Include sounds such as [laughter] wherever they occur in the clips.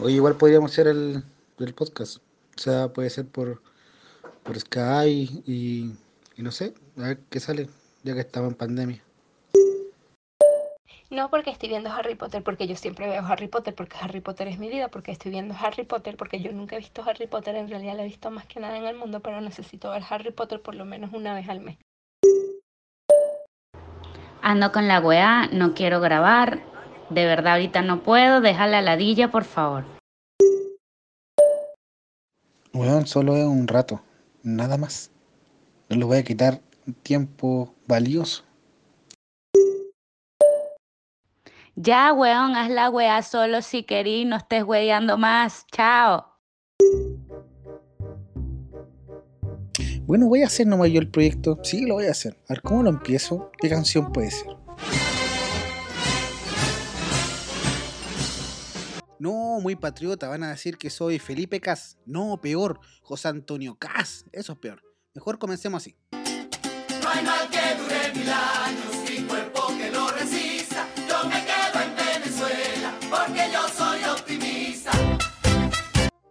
Oye, igual podríamos hacer el, el podcast. O sea, puede ser por, por Sky y, y no sé, a ver qué sale, ya que estamos en pandemia. No porque estoy viendo Harry Potter, porque yo siempre veo Harry Potter, porque Harry Potter es mi vida, porque estoy viendo Harry Potter, porque yo nunca he visto Harry Potter, en realidad la he visto más que nada en el mundo, pero necesito ver Harry Potter por lo menos una vez al mes. Ando con la weá, no quiero grabar, de verdad ahorita no puedo, deja la ladilla por favor. Bueno, solo es un rato, nada más. No le voy a quitar tiempo valioso. Ya, weón, haz la weá solo si querís, no estés weando más. Chao. Bueno, voy a hacer nomás yo el proyecto. Sí, lo voy a hacer. A ver cómo lo empiezo. ¿Qué canción puede ser? No, muy patriota. Van a decir que soy Felipe Cas. No, peor. José Antonio Cas. Eso es peor. Mejor comencemos así. No hay mal que dure mil años, mi cuerpo que lo resista. Yo me quedo en Venezuela porque yo soy optimista.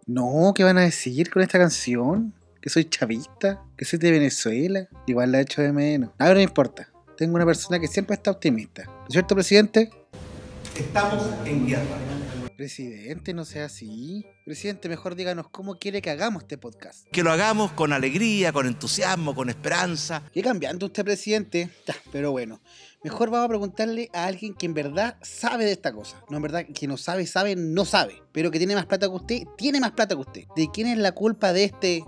No, ¿qué van a decir con esta canción? Que soy chavista, que soy de Venezuela. Igual la echo de menos. Ahora no importa. Tengo una persona que siempre está optimista. ¿No es cierto, presidente? Estamos en guerra. Presidente, no sea así. Presidente, mejor díganos cómo quiere que hagamos este podcast. Que lo hagamos con alegría, con entusiasmo, con esperanza. ¿Qué cambiando usted, presidente? Ya, pero bueno, mejor vamos a preguntarle a alguien que en verdad sabe de esta cosa. No, en verdad, que no sabe, sabe, no sabe. Pero que tiene más plata que usted, tiene más plata que usted. ¿De quién es la culpa de este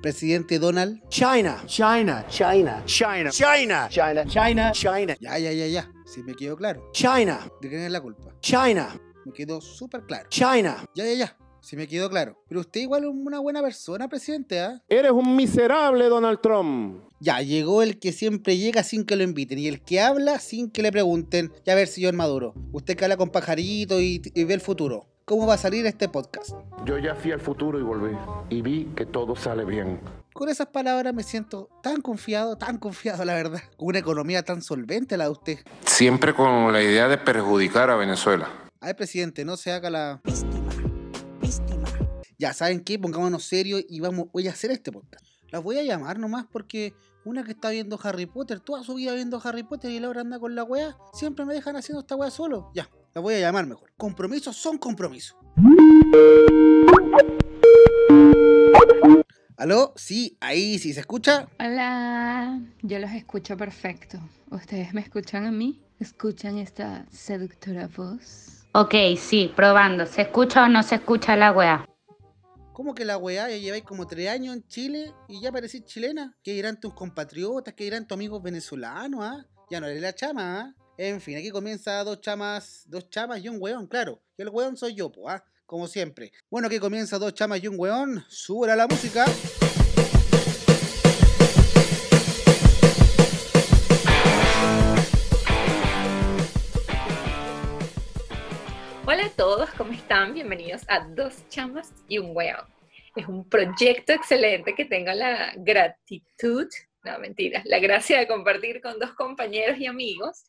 presidente Donald? China, China, China, China, China, China, China, China, Ya, ya, ya, ya. Si me quedó claro. China, ¿De quién es la culpa? China, Me quedó súper claro. China. Ya, ya, ya. Si me quedó claro. Pero usted igual es una buena persona, presidente, ¿ah? Eres un miserable, Donald Trump. Ya, llegó el que siempre llega sin que lo inviten y el que habla sin que le pregunten. Ya a ver, señor Maduro, usted que habla con pajarito y, y ve el futuro. ¿Cómo va a salir este podcast? Yo ya fui al futuro y volví. Y vi que todo sale bien. Con esas palabras me siento tan confiado, tan confiado, la verdad. Con una economía tan solvente la de usted. siempre con la idea de perjudicar a Venezuela. A ver, presidente, no se haga la... Víctima, víctima. Ya, ¿saben qué? Pongámonos serios y vamos, voy a hacer este podcast. Las voy a llamar nomás porque una que está viendo Harry Potter, toda su vida viendo Harry Potter y la otra anda con la weá, siempre me dejan haciendo esta weá solo. Ya, la voy a llamar mejor. Compromisos son compromisos. ¿Aló? Sí, ahí sí se escucha. Hola, yo los escucho perfecto. ¿Ustedes me escuchan a mí? ¿Escuchan esta seductora voz? Ok, sí, probando. ¿Se escucha o no se escucha la weá? ¿Cómo que la weá ya lleváis como tres años en Chile y ya parecís chilena? ¿Qué dirán tus compatriotas? ¿Qué dirán tus amigos venezolanos? ah? Ya no eres la chama, ¿ah? En fin, aquí comienza dos chamas, dos chamas y un weón, claro. Y el weón soy yo, po, ¿ah? Como siempre. Bueno, aquí comienza dos chamas y un weón. Súbela la música. Hola a todos, ¿cómo están? Bienvenidos a Dos Chamas y un Weón. Es un proyecto excelente que tengo la gratitud, no mentiras, la gracia de compartir con dos compañeros y amigos.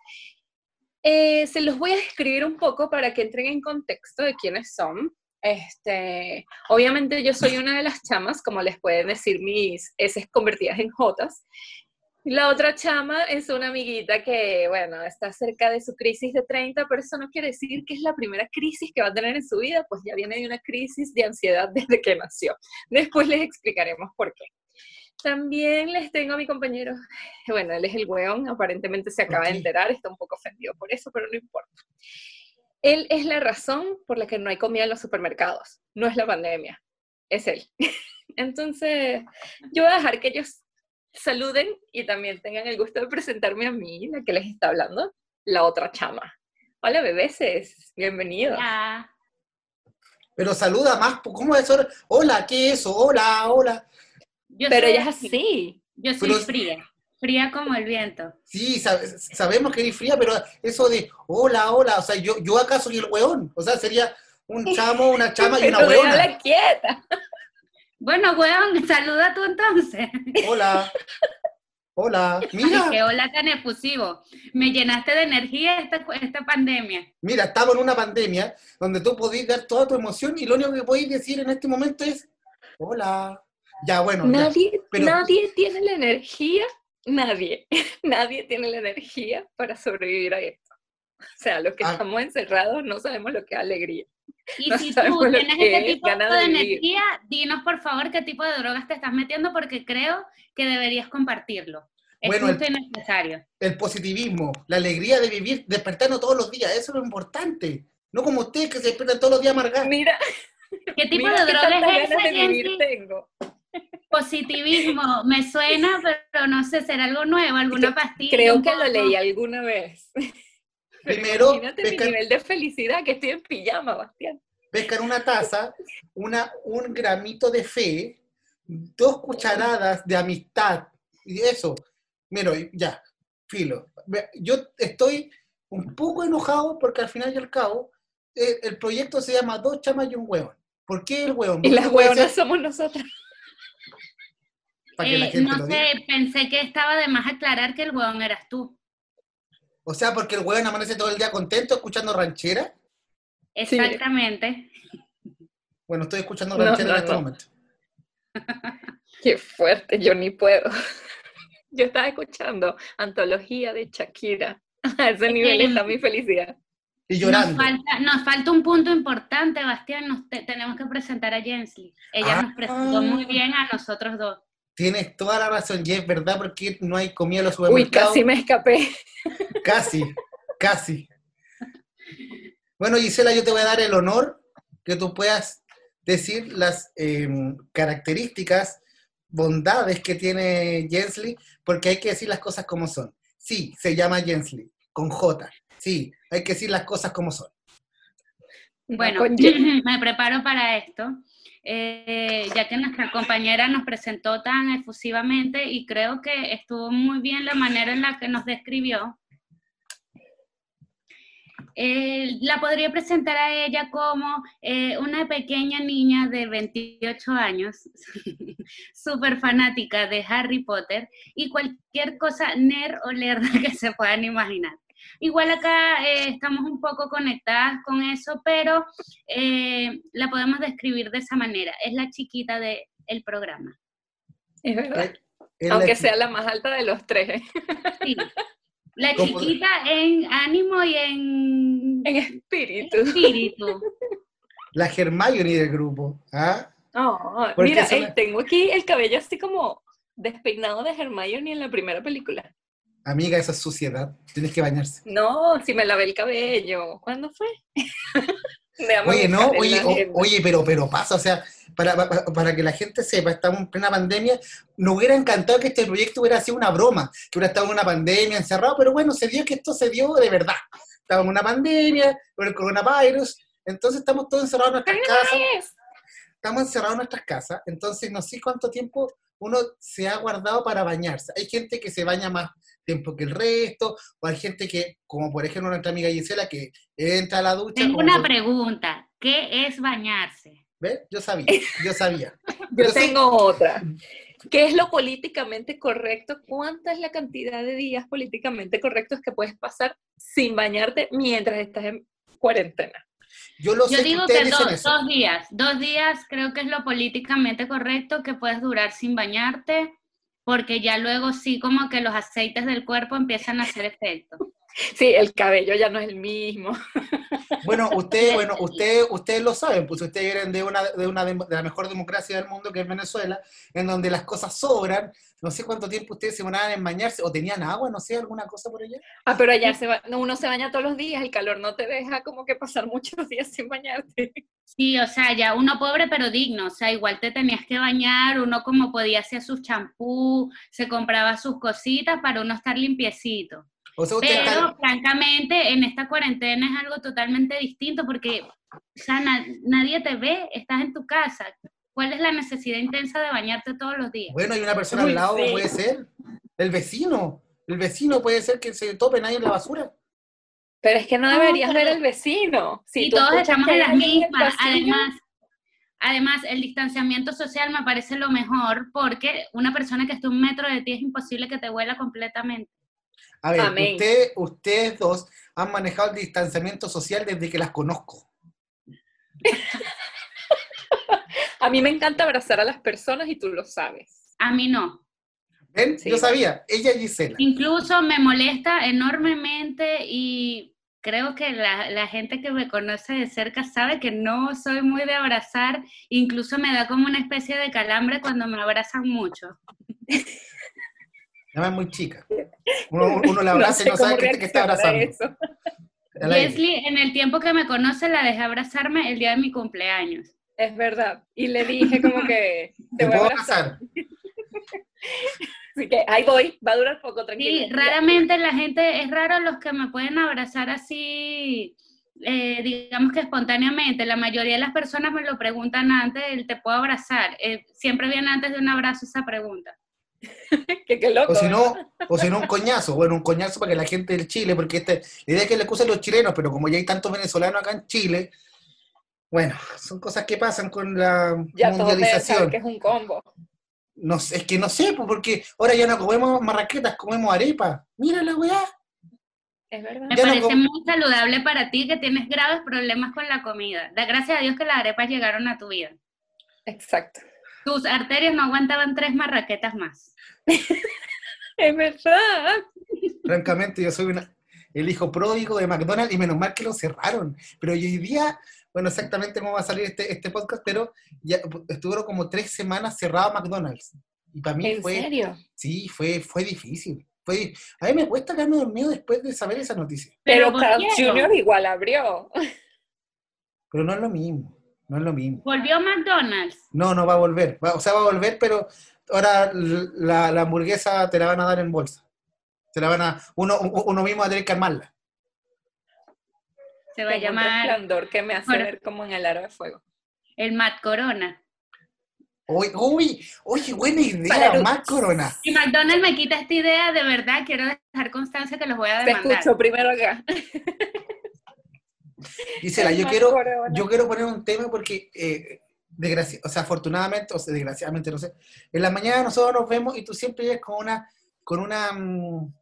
Eh, se los voy a describir un poco para que entren en contexto de quiénes son. Este, obviamente yo soy una de las chamas, como les pueden decir mis heces convertidas en jotas. La otra chama es una amiguita que, bueno, está cerca de su crisis de 30, pero eso no quiere decir que es la primera crisis que va a tener en su vida, pues ya viene de una crisis de ansiedad desde que nació. Después les explicaremos por qué. También les tengo a mi compañero, bueno, él es el weón, aparentemente se acaba de enterar, está un poco ofendido por eso, pero no importa. Él es la razón por la que no hay comida en los supermercados, no es la pandemia, es él. [laughs] Entonces, yo voy a dejar que ellos saluden y también tengan el gusto de presentarme a mí, la que les está hablando, la otra chama. Hola, bebeses, bienvenidos. Hola. Pero saluda más, po, ¿cómo es eso? Hola, ¿qué es eso? Hola, hola. Yo Pero soy ella es así. Yo soy Pero- fría. Fría como el viento. Sí, sab- sabemos que eres fría, pero eso de hola, hola, o sea, yo, yo acá soy el weón, o sea, sería un chamo, una chama [laughs] y Pero una weona. déjala quieta. [laughs] Bueno, weón, saluda tú entonces. Hola. Hola. Ay, Mira, qué hola tan efusivo. Me llenaste de energía esta, esta pandemia. mira, estamos en una pandemia donde tú podés dar toda tu emoción y lo único que podés decir en este momento es hola. Ya, bueno, ya. Nadie, pero- nadie tiene la energía, nadie, [laughs] nadie tiene la energía para sobrevivir a esto. O sea, los que Ah. estamos encerrados no sabemos lo que es alegría. Y No si tú sabemos lo tienes que este es, tipo ganas de de vivir. energía, dinos por favor qué tipo de drogas te estás metiendo porque creo que deberías compartirlo. Es Bueno, el- justo y necesario. el positivismo, la alegría de vivir, despertarnos todos los días, eso es lo importante. No como ustedes que se despiertan todos los días amargados. Mira, ¿Qué tipo mira de qué droga tantas es esa, ganas de vivir Jensi? tengo. Positivismo, me suena, pero no sé, será algo nuevo, alguna pastilla. Creo un que lo poco? leí alguna vez. [laughs] Pero Primero, imagínate mi pesca- nivel de felicidad que estoy en pijama, Bastián. pescan una taza, una, un gramito de fe, dos cucharadas de amistad, y eso. Mira, y ya, filo. Ve- Yo estoy un poco enojado porque al final y al cabo, eh, el proyecto se llama Dos chamas y un hueón. ¿Por qué el hueón? Y Porque las puede ser- huevonas somos nosotras. para que la Eh, gente no lo diga. sé, pensé que estaba de más aclarar que el huevón eras tú. O sea, porque el hueón amanece todo el día contento escuchando ranchera. Exactamente. Bueno, estoy escuchando No, ranchera no, en este no. momento. Qué fuerte, yo ni puedo. [laughs] Yo estaba escuchando antología de Shakira. [laughs] A ese nivel está mi felicidad. Y Nos llorando. falta, nos falta un punto importante, Bastián. Nos te- tenemos que presentar a Jensley. Ella Ah. nos presentó muy bien a nosotros dos. Tienes toda la razón, y es verdad, porque no hay comida en los Uy, supermercados. casi me escapé. Casi, casi. Bueno, Gisela, yo te voy a dar el honor que tú puedas decir las eh, características, bondades que tiene Jensley, porque hay que decir las cosas como son. Sí, se llama Jensley, con J. Sí, hay que decir las cosas como son. No, Bueno, [laughs] con Jen- [laughs] me preparo para esto, eh, ya que nuestra compañera nos presentó tan efusivamente y creo que estuvo muy bien la manera en la que nos describió. Eh, la podría presentar a ella como eh, una pequeña niña de 28 años, [laughs] súper fanática de Harry Potter y cualquier cosa nerd o lerda [laughs] que se puedan imaginar. Igual acá eh, estamos un poco conectadas con eso, pero eh, la podemos describir de esa manera. Es la chiquita del programa. es verdad. Es la Aunque chi- sea la más alta de los tres. ¿eh? Sí. La ¿Cómo de- chiquita en ánimo y en [laughs] En espíritu. espíritu. la Hermione del grupo. ¿ah? Oh, Porque mira, son ey, las- tengo aquí el cabello así como despeinado de Hermione en la primera película. Amiga, eso es suciedad. Tienes que bañarse. No, si me lavé el cabello. ¿Cuándo [laughs] fue? Déjame Oye, no, buscar en oye, la o- agenda. oye, pero, pero pasa, o sea, para, para, para que la gente sepa, estamos en plena pandemia, nos hubiera encantado que este proyecto hubiera sido una broma, que hubiera estado en una pandemia encerrado, pero bueno, se dio que esto se dio de verdad. Estábamos en una pandemia, con el coronavirus, entonces estamos todos encerrados en nuestras casas, Yes. estamos encerrados en nuestras casas, entonces no sé cuánto tiempo uno se ha guardado para bañarse. Hay gente que se baña más tiempo que el resto, o hay gente que, como por ejemplo nuestra amiga Gisela, que entra a la ducha. Tengo como una por- pregunta. ¿Qué es bañarse? ¿Ves? Yo sabía, yo sabía. Yo Yo sé- tengo otra. ¿Qué es lo políticamente correcto? ¿Cuánta es la cantidad de días políticamente correctos que puedes pasar sin bañarte mientras estás en cuarentena? Yo lo Yo sé digo que que ustedes dicen dos, eso. dos días. Dos días creo que es lo políticamente correcto que puedes durar sin bañarte, porque ya luego sí como que los aceites del cuerpo empiezan a hacer efecto. Sí, el cabello ya no es el mismo. Bueno, ustedes, bueno, ustedes, ustedes lo saben, pues ustedes vienen de una, de una dem- de la mejor democracia del mundo que es Venezuela, en donde las cosas sobran. No sé cuánto tiempo ustedes se van en bañarse, o tenían agua, no sé, alguna cosa por allá. Ah, pero allá se ba- no, uno se baña todos los días, el calor no te deja como que pasar [laughs] muchos días sin bañarte. Sí, o sea, ya uno pobre pero digno, o sea, igual te tenías que bañar, uno como podía hacer sus champú, se compraba sus cositas para uno estar limpiecito. O sea, ustedes están, Pero francamente, en esta cuarentena es algo totalmente distinto porque, o sea, na- nadie te ve, estás en tu casa. ¿Cuál es la necesidad intensa de bañarte todos los días? bueno, hay una persona Uy, al lado, sí. puede ser. El vecino, el vecino puede ser que se topen ahí en la basura. Pero es que no No, deberías ver Ah, pero- al vecino. Si y tú todos escuchas estamos que en hay las alguien el mismas, pasillo, además. Además, el distanciamiento social me parece lo mejor porque una persona que esté un metro de ti es imposible que te huela completamente. A ver, Amén. usted- ustedes dos han manejado el distanciamiento social desde que las conozco. A mí me encanta abrazar a las personas y tú lo sabes. A mí no. ¿Ven? Sí. Yo sabía, ella y Gisela. Incluso me molesta enormemente y creo que la, la gente que me conoce de cerca sabe que no soy muy de abrazar, incluso me da como una especie de calambre cuando me abrazan mucho. Además, es [laughs] muy chica. Uno, uno la abraza y no cómo sabe que, que está reaccionar a abrazando. eso. Al aire. Leslie, en el tiempo que me conoce, la dejé abrazarme el día de mi cumpleaños. Es verdad. Y le dije como [laughs] que te ¿Te voy a puedo abrazar. abrazar? Así que ahí voy, va a durar poco, tranquilo. Sí, raramente la gente, es raro los que me pueden abrazar así, eh, digamos que espontáneamente. La mayoría de las personas me lo preguntan antes, el te puedo abrazar. Eh, siempre viene antes de un abrazo esa pregunta. que qué loco. O si ¿verdad? no, o si no un coñazo, bueno, un coñazo para que la gente del Chile, porque este, la idea es que le acusen los chilenos, pero como ya hay tantos venezolanos acá en Chile, bueno, son cosas que pasan con la ya todos deben saber mundialización. que es un combo. No sé, es que no sé, pues, porque ahora ya no comemos marraquetas, comemos arepa. Mira la weá. Es verdad. Me Ya no parece com- muy saludable para ti que tienes graves problemas con la comida. Da gracias a Dios que las arepas llegaron a tu vida. Exacto. Tus arterias no aguantaban tres marraquetas más. Es verdad. Francamente, yo soy una- el hijo pródigo de McDonald's y menos mal que lo cerraron. Pero hoy día, bueno, exactamente cómo va a salir este, este podcast, pero ya estuvieron como tres semanas cerrado McDonald's. Y para mí ¿En fue... serio? Sí, fue, fue difícil. Fue, di- a mí me cuesta quedarme dormido después de saber esa noticia. Pero Pero Carl volvieron. Jr. igual abrió. Pero no es lo mismo. No es lo mismo. Volvió McDonald's. No, no va a volver. Va- o sea, va a volver, pero ahora l- la, la hamburguesa te la van a dar en bolsa. Te la van a. Uno, u- uno mismo va a tener que armarla. Se va a Tengo un llamar resplandor que me hace Bueno. ver como en el aro de fuego. el Mac Corona. Uy, uy, oye, buena idea, Para- más corona. Si McDonald's me quita esta idea, de verdad quiero dejar constancia que los voy a Te demandar. escucho primero acá. Gisela, [laughs] yo Más quiero, corona. yo quiero poner un tema porque, eh, desgraci- o sea, afortunadamente, o sea, desgraciadamente, no sé, en la mañana nosotros nos vemos y tú siempre llegas con una, con una, mm,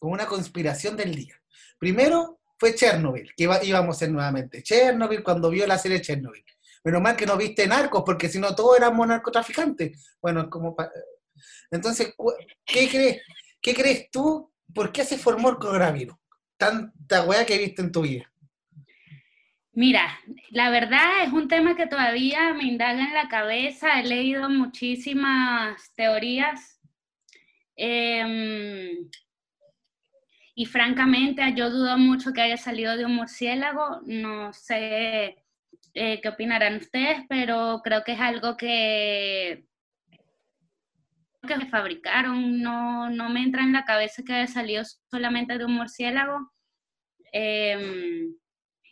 con una conspiración del día. Primero fue Chernobyl, que iba- íbamos a ser nuevamente. Chernobyl, cuando vio la serie Chernobyl. Menos mal que no viste narcos, porque si no todos éramos narcotraficantes. Bueno, es como... pa- Entonces, cu- ¿qué crees, ¿qué crees tú? ¿Por qué se formó el coronavirus? Tanta weá que viste en tu vida. Mira, la verdad es un tema que todavía me indaga en la cabeza. He leído muchísimas teorías. em, y francamente, yo dudo mucho que haya salido de un murciélago. No sé eh, qué opinarán ustedes, pero creo que es algo que que se fabricaron, no, no me entra en la cabeza que haya salido solamente de un murciélago. Em,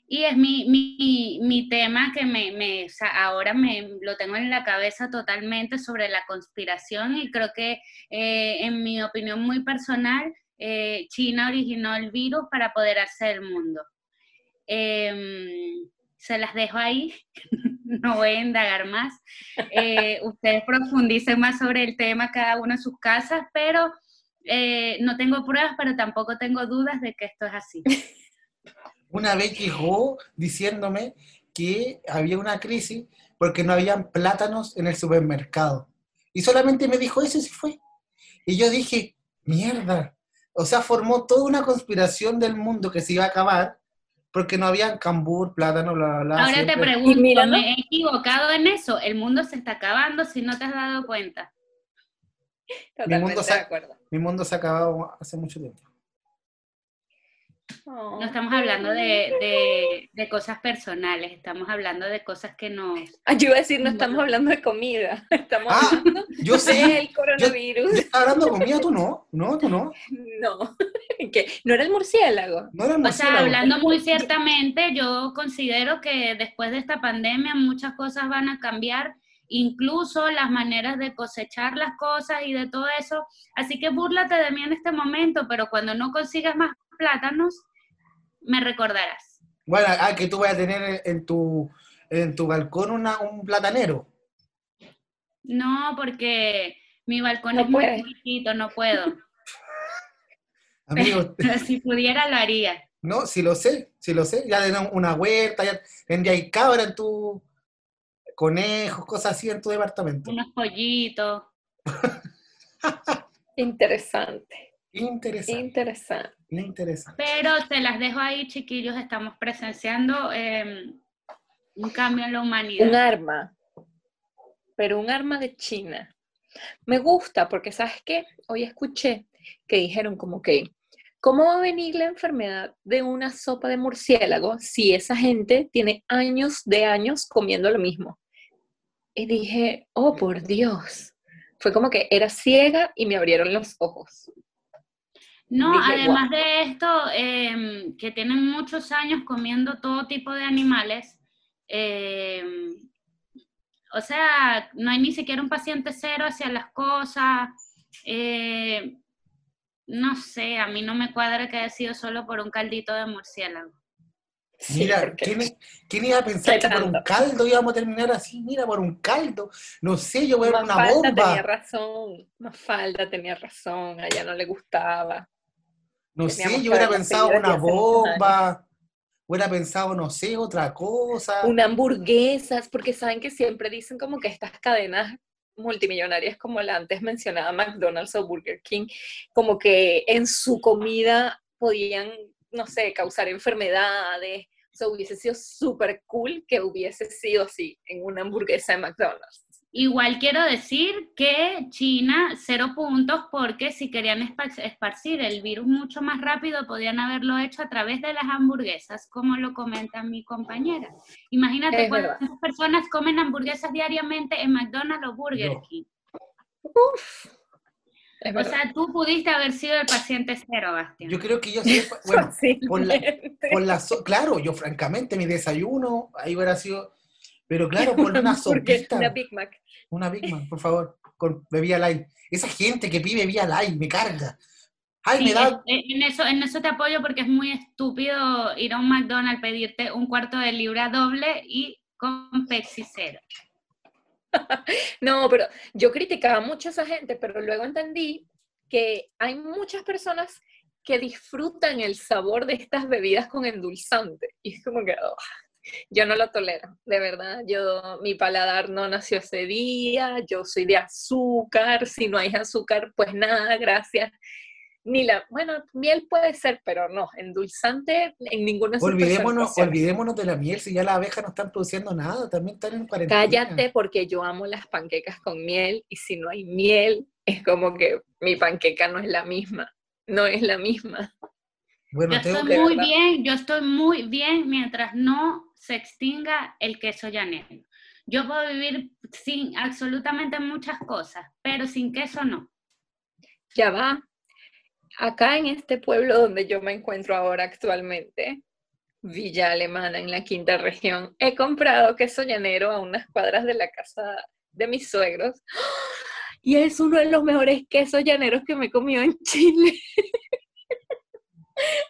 y es mi, mi, mi tema que me, me- o sea, ahora me lo tengo en la cabeza totalmente sobre la conspiración y creo que eh, en mi opinión muy personal, eh, China originó el virus para apoderarse del mundo. Em, se las dejo ahí, [laughs] no voy a indagar más. Eh, ustedes profundicen más sobre el tema cada uno en sus casas, pero eh, no tengo pruebas, pero tampoco tengo dudas de que esto es así. Una vez llegó diciéndome que había una crisis porque no habían plátanos en el supermercado. Y solamente me dijo eso y se fue. Y yo dije, mierda. O sea, formó toda una conspiración del mundo que se iba a acabar porque no habían cambur, plátano, bla, bla, bla. Ahora te siempre. pregunto, Y mira, ¿no? ¿me he equivocado en eso? El mundo se está acabando si no te has dado cuenta. Totalmente mundo de sa- acuerdo. Mi mundo se ha acabado hace mucho tiempo. No estamos hablando de, de- de cosas personales, estamos hablando de cosas que nos... Ah, yo iba a decir, no estamos hablando de comida. [laughs] Estamos Ah, hablando Yo sé. del coronavirus. Yo estaba hablando conmigo, tú no. No, tú no. [laughs] No. [laughs] ¿Qué? No era el murciélago. No era el O sea, murciélago. hablando muy ciertamente, yo considero que después de esta pandemia muchas cosas van a cambiar, incluso las maneras de cosechar las cosas y de todo eso. Así que búrlate de mí en este momento, pero cuando no consigas más plátanos, me recordarás. Bueno, ah, que tú vas a tener en tu, en tu balcón una, un platanero. No, porque mi balcón No es muy puede. chiquito, no [laughs] puedo. Amigo, Pero si pudiera lo haría. no, si lo sé, si lo sé. Ya le dan una huerta, ya tendrías cabra en tu conejos, cosas así en tu departamento. Unos pollitos. Interesante, Interesante, interesante. interesante. Pero te las dejo ahí, chiquillos. Estamos presenciando eh, un cambio en la Un humanidad. arma, pero un arma de China. Me gusta porque, ¿sabes qué? Hoy escuché que dijeron como que, ¿cómo va a venir la enfermedad de una sopa de murciélago si esa gente tiene años de años comiendo lo mismo? Y dije, oh, por Dios. Fue como que era ciega y me abrieron los ojos. No, Dije, además de esto, eh, que tienen muchos años comiendo todo tipo de animales. eh, o sea, no hay ni siquiera un paciente cero hacia las cosas. eh, no sé, a mí no me cuadra que haya sido solo por un caldito de murciélago. Sí, Mira, porque- ¿quién, quién iba a pensar que por un Retando. caldo íbamos a terminar así? Mira, por un caldo. No sé, yo voy a ver una Mafalda tenía bomba. razón, Mafalda tenía razón, a ella no le gustaba. No teníamos sé, que yo hubiera haberla pensado seguido desde una hace muchos años. bomba. Hubiera pensado, no sé, otra cosa. Una hamburguesas, porque saben que siempre dicen como que estas cadenas multimillonarias como la antes mencionada McDonald's o Burger King, como que en su comida podían, no sé, causar enfermedades. O sea, hubiese sido súper cool que hubiese sido así en una hamburguesa de McDonald's. Igual quiero decir que China, cero puntos, porque si querían espar- esparcir el virus mucho más rápido, podían haberlo hecho a través de las hamburguesas, como lo comenta mi compañera. Imagínate Es verdad. cuántas personas comen hamburguesas diariamente en McDonald's o Burger No. King. Es O verdad. sea, tú pudiste haber sido el paciente cero, Bastián. Yo creo que yo [laughs] sé, bueno, por la- Fácilmente. por la so- claro, yo francamente, mi desayuno, ahí hubiera sido, pero [laughs] claro, por una hamburguesa, sopita, Una Big Mac. una Big Mac, por favor, con bebida light. Esa gente que pide bebida light, me carga. Ay, Sí, me da, es- en, eso, en eso te apoyo porque es muy estúpido ir a un McDonald's, pedirte un cuarto de libra doble y con Pepsi cero. No, pero yo criticaba mucho a esa gente, pero luego entendí que hay muchas personas que disfrutan el sabor de estas bebidas con endulzante. Y es como que oh, yo no lo tolero, de verdad. Yo, mi paladar no nació ese día, yo soy de azúcar, si no hay azúcar, pues nada, gracias. Ni la, bueno, miel puede ser, pero no, endulzante en ninguna de sus olvidémonos, presentaciones. olvidémonos de la miel, si ya las abejas no están produciendo nada, también están en cuarentena. Cállate porque yo amo las panquecas con miel y si no hay miel es como que mi panqueca no es la misma, no es la misma. Bueno, Yo tengo estoy que, que- muy ¿verdad? bien, yo estoy muy bien mientras no se extinga el queso llanero. Yo puedo vivir sin absolutamente muchas cosas, pero sin queso no. Ya va. Acá en este pueblo donde yo me encuentro ahora actualmente, Villa Alemana en la quinta región, he comprado queso llanero a unas cuadras de la casa de mis suegros [gasps] y es uno de los mejores quesos llaneros que me he comido en Chile. [laughs]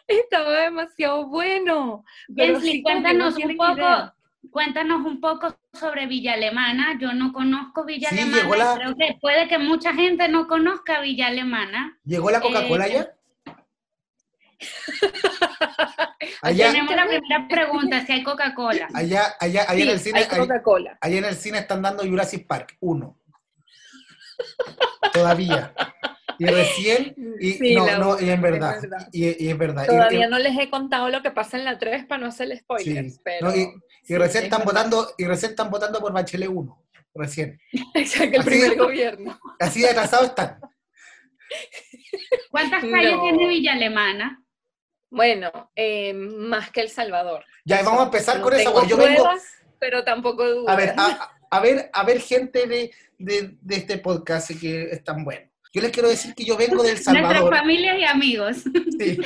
Estaba demasiado bueno. Pero Jensly, sí, como que no cuéntanos un tienen poco, idea. cuéntanos un poco sobre Villa Alemana. Yo no conozco Villa Sí, Alemana. llegó la- Creo que puede que mucha gente no conozca Villa Alemana. ¿Llegó la Coca-Cola Eh, [laughs] ya? Allá, Tenemos la primera pregunta, si hay Coca-Cola. allá, allá, allá en el Sí, cine, hay ahí- Coca-Cola. Allá en el cine están dando Jurassic Park 1. Todavía. Y recién, y Sí, no, la no, uno, y en es verdad. verdad. Y, y es verdad. Y- Todavía y, no les he contado lo que pasa en la 3 para no hacer spoilers, Sí, pero... [laughs] no, y- y sí, recién es están verdad. votando, y recién están votando por Bachelet 1. Recién. Exacto, el Así- primer gobierno. Así de atrasado están. ¿Cuántas calles No. tiene Villa Alemana? Bueno, eh, más que El Salvador. Ya vamos a empezar No con eso. tengo güey. Yo vengo. pruebas, pero tampoco dudas. A ver, a, a ver, a ver, gente de, de, de este podcast que es tan bueno. Yo les quiero decir que yo vengo del Salvador. Nuestras familias y amigos. [laughs] Sí.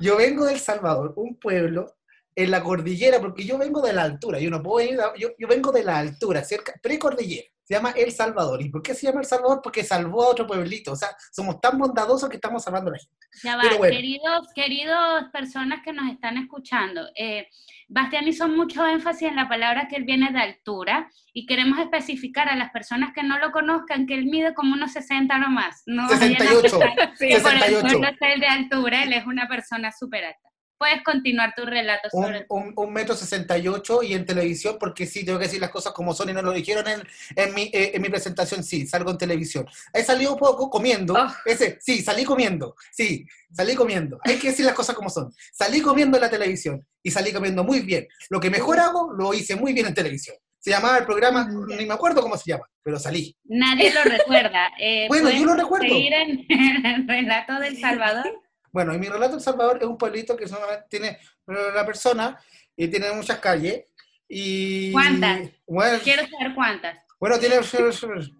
Yo vengo de El Salvador, un pueblo en la cordillera, porque yo vengo de la altura, yo no puedo ir, a- yo, yo vengo de la altura, cerca, precordillera. Se llama El Salvador. ¿Y por qué se llama El Salvador? Porque salvó a otro pueblito. O sea, somos tan bondadosos que estamos salvando a la gente. Ya va, Pero bueno. queridos, queridos personas que nos están escuchando, eh, Bastián hizo mucho énfasis en la palabra que él viene de altura y queremos especificar a las personas que no lo conozcan que él mide como unos 60 nomás. No vayan a [laughs] 68. pensar Sí, que por el 68. sueldo es el de altura, él es una persona súper alta. Puedes continuar tu relato un, sobre un, un metro sesenta y ocho y en televisión, porque sí, tengo que decir las cosas como son y no lo dijeron en, en, mi, eh, en mi presentación, sí, salgo en televisión. He salido un poco comiendo, Oh. Ah. ese, sí, salí comiendo, sí, salí comiendo. Hay que decir las cosas como son. Salí comiendo en la televisión y salí comiendo muy bien. Lo que mejor hago, lo hice muy bien en televisión. Se llamaba el programa, ni me acuerdo cómo se llama, pero salí. Nadie lo recuerda. Eh, Bueno, yo ¿puedes lo recuerdo. Seguir en [laughs] el relato del [laughs] Salvador. Bueno, y mi relato El Salvador es un pueblito que solamente tiene una persona y tiene muchas calles. Y, ¿Cuántas? Bueno, Quiero saber cuántas. Bueno, tiene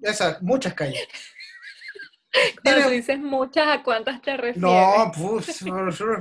esas, [laughs] muchas calles. Cuando tú Tiene- dices muchas, ¿a cuántas te refieres? no, pues,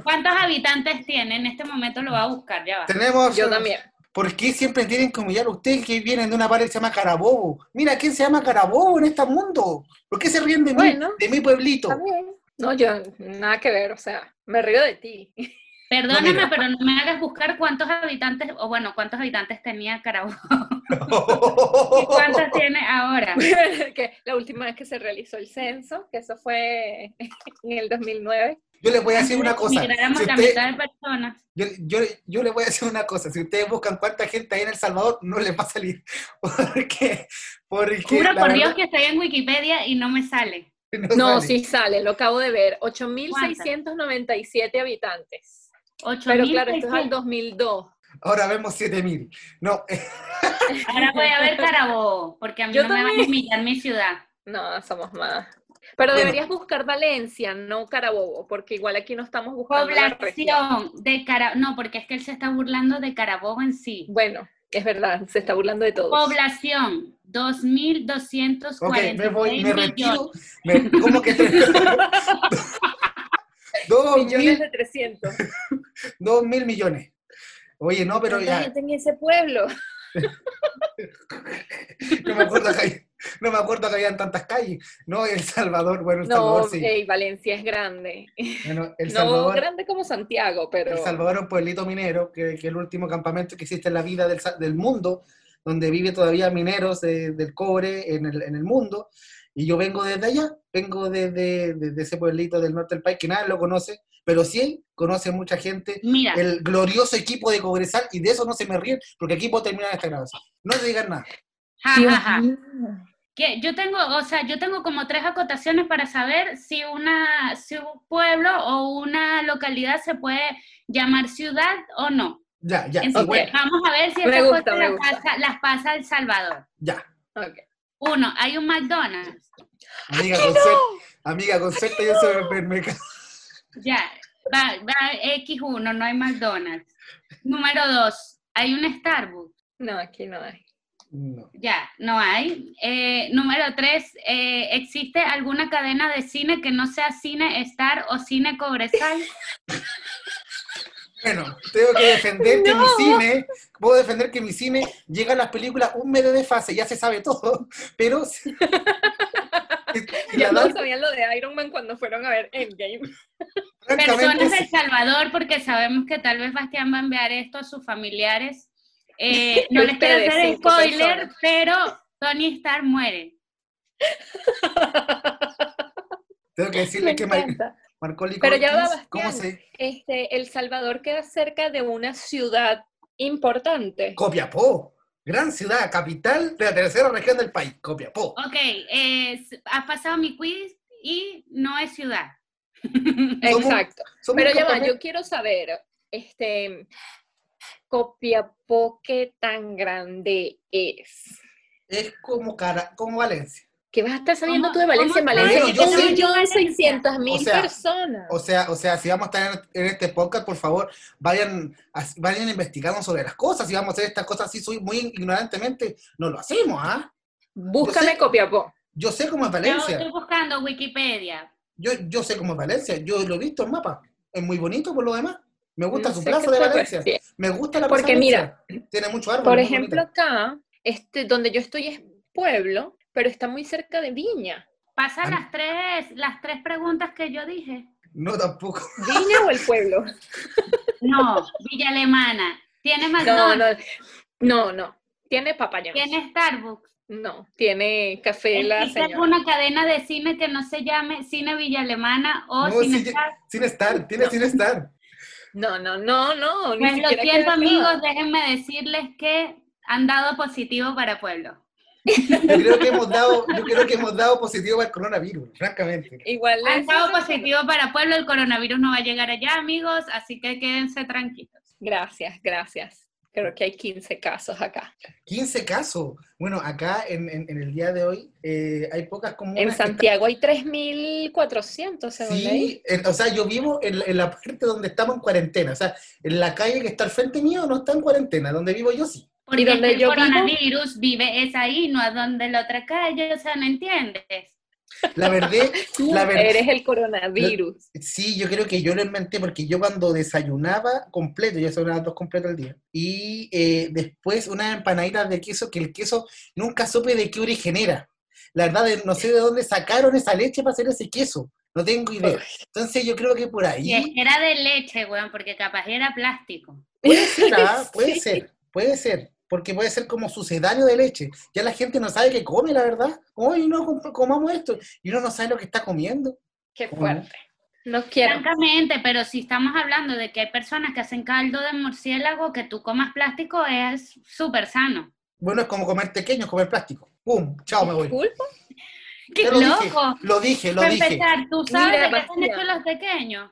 ¿Cuántos habitantes tiene? En este momento lo va a buscar, ya va. tenemos... Yo también. ¿Por qué siempre tienen que humillar a ustedes que vienen de una pared que se llama Carabobo? Mira, ¿quién se llama Carabobo en este mundo? ¿Por qué se ríen de mí, Bueno. de mi pueblito? También. No, yo nada que ver, o sea, me río de ti. [laughs] Perdóname, No, mira. pero no me hagas buscar cuántos habitantes, o bueno, cuántos habitantes tenía Carabobo. [laughs] Oh, [laughs] ¿Y cuántas tiene ahora? que la última vez que se realizó el censo, que eso fue [laughs] en el 2009. Yo les voy a decir una cosa. Migráramos Si la usted- mitad de personas. yo, yo, yo les voy a decir una cosa. Si ustedes buscan cuánta gente hay en El Salvador, no les va a salir. [laughs] Porque, porque Juro la por verdad Dios que estoy en Wikipedia y no me sale. que No, sale. sí sale, lo acabo de ver, 8.697 habitantes. 8.000. Pero claro, esto es al 2002. Ahora vemos 7000. No, eh, Ahora voy a [laughs] ver Carabobo, porque a mí Yo no me van a también. humillar mi ciudad. No, somos más. Pero Bueno. deberías buscar Valencia, no Carabobo, porque igual aquí no estamos buscando la región. Población de Carabobo. No, porque es que él se está burlando de Carabobo en sí. Bueno, es verdad, se está burlando de todos. Población, Ok, 2.246 me voy, me millones. retiro. Me, ¿Cómo que te- [laughs] dos, Millones mil, de 300. dos mil millones. Oye, no, [laughs] pero ¿Cuánta ya, gente en ese pueblo? no me acuerdo que, hay- no me acuerdo que habían tantas calles. No, El Salvador, bueno, El Salvador No, sí. ey, Valencia es grande. Bueno, el, No Salvador, grande como Santiago, pero el Salvador es un pueblito minero, que, que el último campamento que existe en la vida del, sa- del mundo, donde vive todavía mineros de- del cobre en el, en el mundo. Y yo vengo desde allá, vengo desde, desde ese pueblito del norte del país que nadie lo conoce, pero sí conoce mucha gente Mira, el glorioso equipo de Cobresal, y de eso no se me ríen, porque aquí puedo terminar esta grabación. No te digan nada. ja, ja, ja. Que yo tengo, o sea, yo tengo como tres acotaciones para saber si una, si un pueblo o una localidad se puede llamar ciudad o no. Ya, ya, Entonces, sí, bueno, vamos a ver si Me estas gusta, cosas me las gusta. pasa, las pasa El Salvador. ya. ok. Uno, hay un McDonald's. Amiga, concepto, amiga, concepto, yo soy supermercado. Ya, va, va X1, no hay McDonald's. Número dos, hay un Starbucks. no, aquí no hay. [laughs] No. Ya, no hay. Eh, número tres, eh, ¿existe alguna cadena de cine que no sea Cine Star o Cine [laughs] Cobresal? Bueno, tengo que defender que mi No. cine, puedo defender que mi cine llega a las películas un mes de desfase, ya se sabe todo, pero... [laughs] y Ya la no dan, sabían lo de Iron Man cuando fueron a ver [laughs] Endgame. Personas francamente, del Salvador, porque sabemos que tal vez Bastián va a enviar esto a sus familiares. [laughs] Eh, no les quiero Ustedes, hacer cinco spoiler, personas. pero Tony Star muere. tengo que Me decirle que Mar- encanta. Marcoli Pero ya va, Hopkins, ¿cómo Bastián. se...? Este, El Salvador queda cerca de una ciudad importante. Copiapó, gran ciudad, capital de la tercera región del país, Copiapó. Ok, eh, s- has pasado mi quiz y no es ciudad. Exacto. Somos Pero un ya va, campamento- yo quiero saber, este, Copiapó, ¿qué tan grande es? Es como, cara, como Valencia. ¿Qué vas a estar sabiendo ¿Cómo- tú de Valencia? En cómo Valencia sabes? aquí Bueno, yo tenemos sí. yo 600 mil O sea, personas. O sea, o sea, si vamos a estar en, en este podcast, por favor, vayan, a- vayan investigando sobre las cosas. Si vamos a hacer estas cosas así soy muy ignorantemente, no lo hacemos, ¿ah? Búscame yo sé- Copiapó. Yo sé cómo es Yo Valencia. estoy buscando Wikipedia. Yo, yo sé cómo es Valencia. Yo lo he visto en mapa. Es muy bonito por lo demás. Me gusta No su sé plaza qué de otra Valencia. cuestión. Me gusta la plaza Porque de mira, Valencia. Tiene mucho árbol. Por ejemplo, acá, este, donde yo estoy es pueblo, pero está muy cerca de Viña. Pasa Ah. las tres, las tres preguntas que yo dije. No, tampoco. ¿Viña o el pueblo? [laughs] No, Villa Alemana. Tiene Ah, No, McDonald's, no, no, no. Tiene papayón. tiene Starbucks. No, tiene café la Existe señora. alguna cadena de cine que no se llame Cine Villa Alemana o No, Cine sí, Star. Sin estar, tiene sin estar. No, no, no, no. ni Pues lo siquiera siento, queda amigos, acá. déjenme decirles que han dado positivo para Pueblo. Yo creo que hemos dado, yo creo que hemos dado positivo para el coronavirus, francamente. Igual Han es- dado positivo para Pueblo, el coronavirus no va a llegar allá, amigos, así que quédense tranquilos. Gracias, gracias. Creo que hay 15 casos acá. 15 casos. Bueno, acá en, en- en el día de hoy eh, hay pocas comunas. En que- Santiago hay 3.400, según leí. Sí, en- o sea, yo vivo en, la- en la parte donde estamos en cuarentena. O sea, en la calle que está al frente mío no está en cuarentena, donde vivo yo sí. Porque es donde que el yo vivo? coronavirus vive es ahí, no a donde la otra calle, o sea, ¿no entiendes? La [laughs] verdad, la verdad. Eres el coronavirus. Sí, yo creo que yo lo inventé porque yo cuando desayunaba completo, yo desayunaba dos completos al día, y eh, después unas empanaditas de queso que el queso nunca supe de qué origen era. La verdad, de- no sé de dónde sacaron esa leche para hacer ese queso, no tengo idea. Entonces yo creo que por Y es ahí que era de leche, weón, porque capaz era plástico. puede ser, [laughs] ¿ah? puede Sí. ser, puede ser, porque puede ser como sucedáneo de leche. Ya la gente no sabe qué come, la verdad. Hoy no com- comamos esto y uno no sabe lo que está comiendo. Qué ¿Cómo? fuerte. No quiero. Francamente, pero si estamos hablando de que hay personas que hacen caldo de murciélago, que tú comas plástico es súper sano. Bueno, es como comer pequeño, comer plástico. ¡Pum! Chao, me voy. Disculpa. ¡Qué Ya lo dije, loco! Lo dije, lo Para dije. empezar, ¿tú sabes Mira, de qué están Bastián. hechos los pequeños?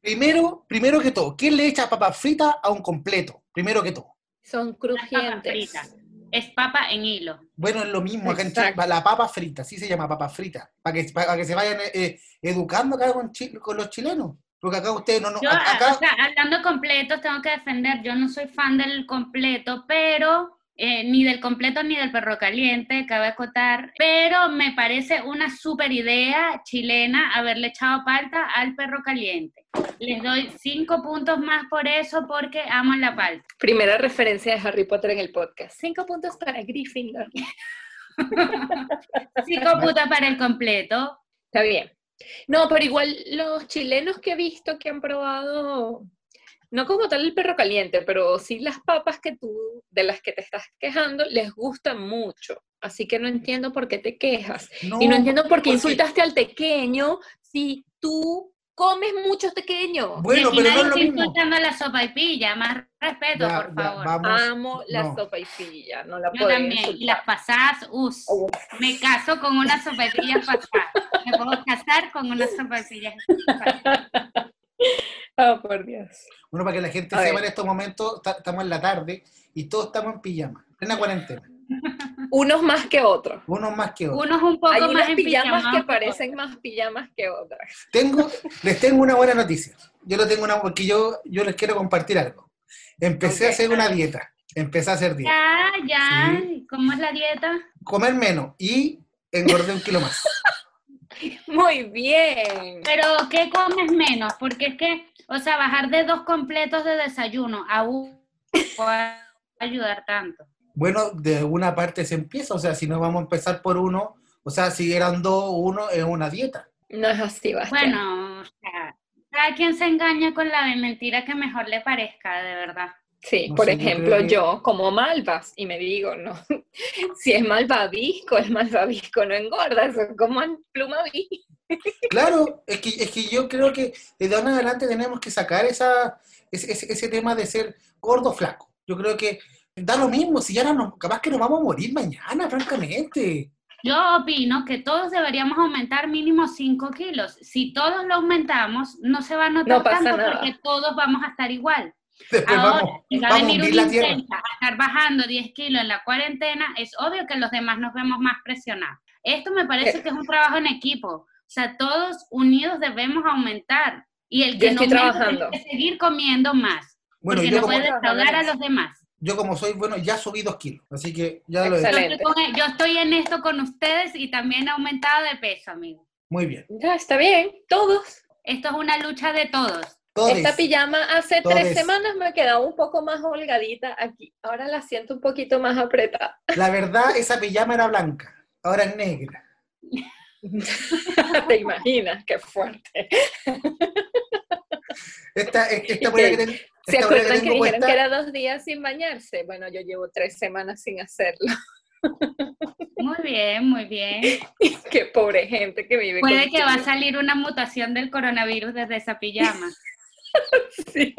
Primero, primero que todo, ¿quién le echa papas fritas a un completo? Primero que todo. Son Las papas crujientes. fritas. Es papa en hilo. Bueno, es lo mismo acá en Chile, Exacto. la papa frita, sí se llama papa frita, para que, para que se vayan eh, educando acá con, chi- con los chilenos. Porque acá ustedes no, no Yo, acá, o sea, hablando completos, tengo que defender, yo no soy fan del completo, pero eh, ni del completo ni del perro caliente, cabe acotar, pero me parece una super idea chilena haberle echado palta al perro caliente. Les doy cinco puntos más por eso porque amo la palta. Primera referencia de Harry Potter en el podcast. Cinco puntos para Gryffindor. [laughs] Cinco puntos para el completo. Está bien. No, pero igual los chilenos que he visto que han probado, no como tal el perro caliente, pero sí las papas que tú, de las que te estás quejando, les gustan mucho. Así que no entiendo por qué te quejas. no, pues y no entiendo por qué porque- insultaste al tequeño si tú comes muchos tequeños. Bueno, y aquí pero no nadie es lo está mismo. insultando a la sopa y pilla, más respeto, Ya, por ya, favor. vamos. Amo la no. sopa y pilla, no la Yo puedo también. Y las insultar. pasadas, us. Uf. Me caso con una sopapilla pasada. Me puedo casar con una sopapilla pasada. Oh, por Dios. Bueno, para que la gente A sepa ver. en estos momentos, ta- estamos en la tarde y todos estamos en pijama, en la cuarentena, Unos más que otros. unos más que otros. Unos un poco Hay más unas en pijamas pijama, que otros parecen más pijamas que otras. Tengo, les tengo una buena noticia. Yo les tengo una porque yo, yo les quiero compartir algo. Empecé a Ok, hacer una dieta. Empecé a hacer no. dieta. Ya, ya. ¿Cómo es la dieta? Comer menos y engordé un kilo más. Muy bien. Pero, ¿qué comes menos? Porque es que, o sea, bajar de dos completos de desayuno a uno puede ayudar tanto. Bueno, de alguna parte se empieza. O sea, si no vamos a empezar por uno, o sea, si eran dos o uno, es una dieta. No es así, Bastián. Bueno, o sea, cada quien se engaña con la mentira que mejor le parezca, de verdad. sí, no por sé, yo ejemplo, creo que- yo como malvas y me digo, no, [laughs] si es malvavisco, el malvavisco no engorda, eso es como el plumaví. Claro, es que, es que yo creo que desde ahora en adelante tenemos que sacar esa, ese, ese- ese tema de ser gordo flaco. Yo creo que da lo mismo. Si ya no, nos- capaz que nos vamos a morir mañana, francamente. Yo opino que todos deberíamos aumentar mínimo 5 kilos. Si todos lo aumentamos, no se va a notar No pasa tanto nada. porque todos vamos a estar igual. [laughs] Después Ahora, Eh, vamos, si va a vamos a venir hundir una la tierra. intensa a estar bajando 10 kilos en la cuarentena, es obvio que los demás nos vemos más presionados. Esto me parece Eh. que es un trabajo en equipo. O sea, todos unidos debemos aumentar. Y el Yo que no estoy aumenta trabajando. tiene que seguir comiendo más. Bueno, porque yo no como, puede defraudar a Trabajando. los demás. yo como soy bueno, ya subí dos kilos, así que ya lo he Yo hecho. Excelente. estoy, con- yo estoy en esto con ustedes y también he aumentado de peso, amigos. Muy bien. Ya está bien, todos. Esto es una lucha de todos. Todes. Esta pijama hace tres Todes. semanas me quedaba un poco más holgadita aquí. Ahora la siento un poquito más apretada. [laughs] La verdad, esa pijama era blanca, ahora es negra. ¿Te imaginas? Qué fuerte. Esta, [laughs] e- esta polera que, ten- ¿Se esta polera que acuerdan que tengo dijeron puesta, que era dos días sin bañarse? Bueno, yo llevo tres semanas sin hacerlo. [laughs] Muy bien, muy bien. Qué pobre gente que vive Puede que contigo. va a salir una mutación del coronavirus desde esa pijama. [laughs] Sí.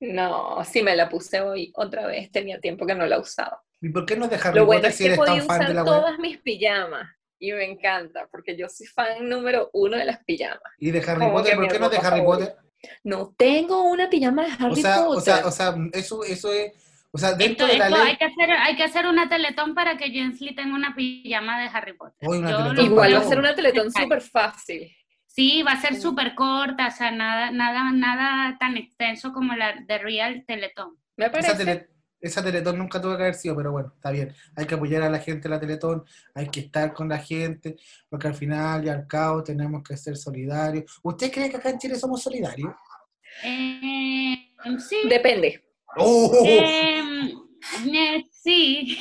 No, sí me la puse hoy otra vez, tenía tiempo que no la usaba. ¿Y por qué no dejar Lo Harry bueno Potter es si que eres podía tan fan usar de la web? todas mis pijamas y me encanta porque yo soy fan número uno de las pijamas. ¿Y de Harry como Potter? que ¿Por mi qué no de ropa Harry favorita. Potter? No tengo una pijama de O Harry sea, o Potter. sea, o sea, eso, eso es. O sea, [laughs] dentro Esto, de la esto, hay, ley. que hacer, hay que hacer una teletón para que James Lee tenga una pijama de Harry Potter. Uy, una Yo teletón lo- Igual va a no. ser una teletón Detalle. súper fácil. Sí, va a ser súper corta, o sea, nada, nada, nada tan extenso como la de Real Teletón. Me Esa, parece. tele- esa Teletón nunca tuvo que haber sido, pero bueno, está bien. Hay que apoyar a la gente de la Teletón, hay que estar con la gente, porque al final y al cabo tenemos que ser solidarios. ¿Usted cree que acá en Chile somos solidarios? Eh, sí. Depende. ¡Oh! Em, ne- sí.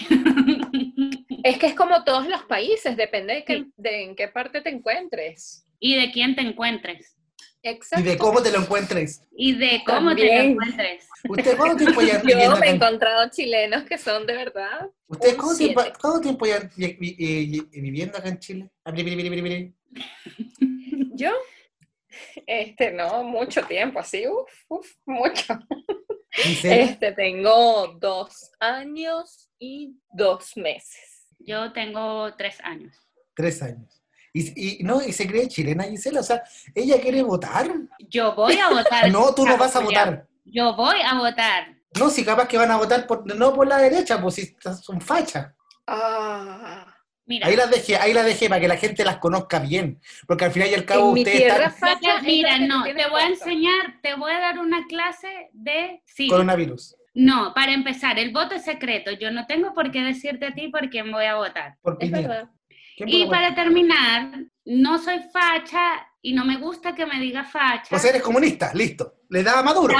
[laughs] Es que es como todos los países, depende de, que- Sí. de en qué parte te encuentres. y de quién te encuentres. Exacto. Y de cómo te lo encuentres. Y de cómo te También. lo encuentres. ¿Usted cuánto tiempo ya [laughs] viviendo Yo me acá he en- encontrado chilenos que son de verdad. ¿Usted un cuánto tiempo, siete. cuánto tiempo ya vi- vi- eh, eh, viviendo acá en Chile? Ah, bri, bri, bri, bri, bri. Yo, este, no, mucho tiempo, así, uf, uf, mucho. ¿En serio? Este, tengo dos años y dos meses. Yo tengo tres años. Tres años. Y, y- no, y se cree chilena Gisela, o sea, ella quiere votar. Yo voy [laughs] a votar. No, tú no vas a Ya, votar. Yo voy a votar. No, si capaz que van a votar por, no por la derecha, pues si estas son fachas. Ah, Mira, Ahí las dejé, ahí las dejé para que la gente las conozca bien. Porque al final y al cabo en mi ustedes tierra están yo te- facha es mira, lo que no, tiene te voy a voto. enseñar, te voy a dar una clase de sí. coronavirus. No, para empezar, el voto es secreto. Yo no tengo por qué decirte a ti por quién voy a votar. Por Es Piñera. verdad. ¿Quién Y votó por para Piñera? terminar, no soy facha y no me gusta que me diga facha. O sea, Pues eres comunista, listo. Le da a Maduro.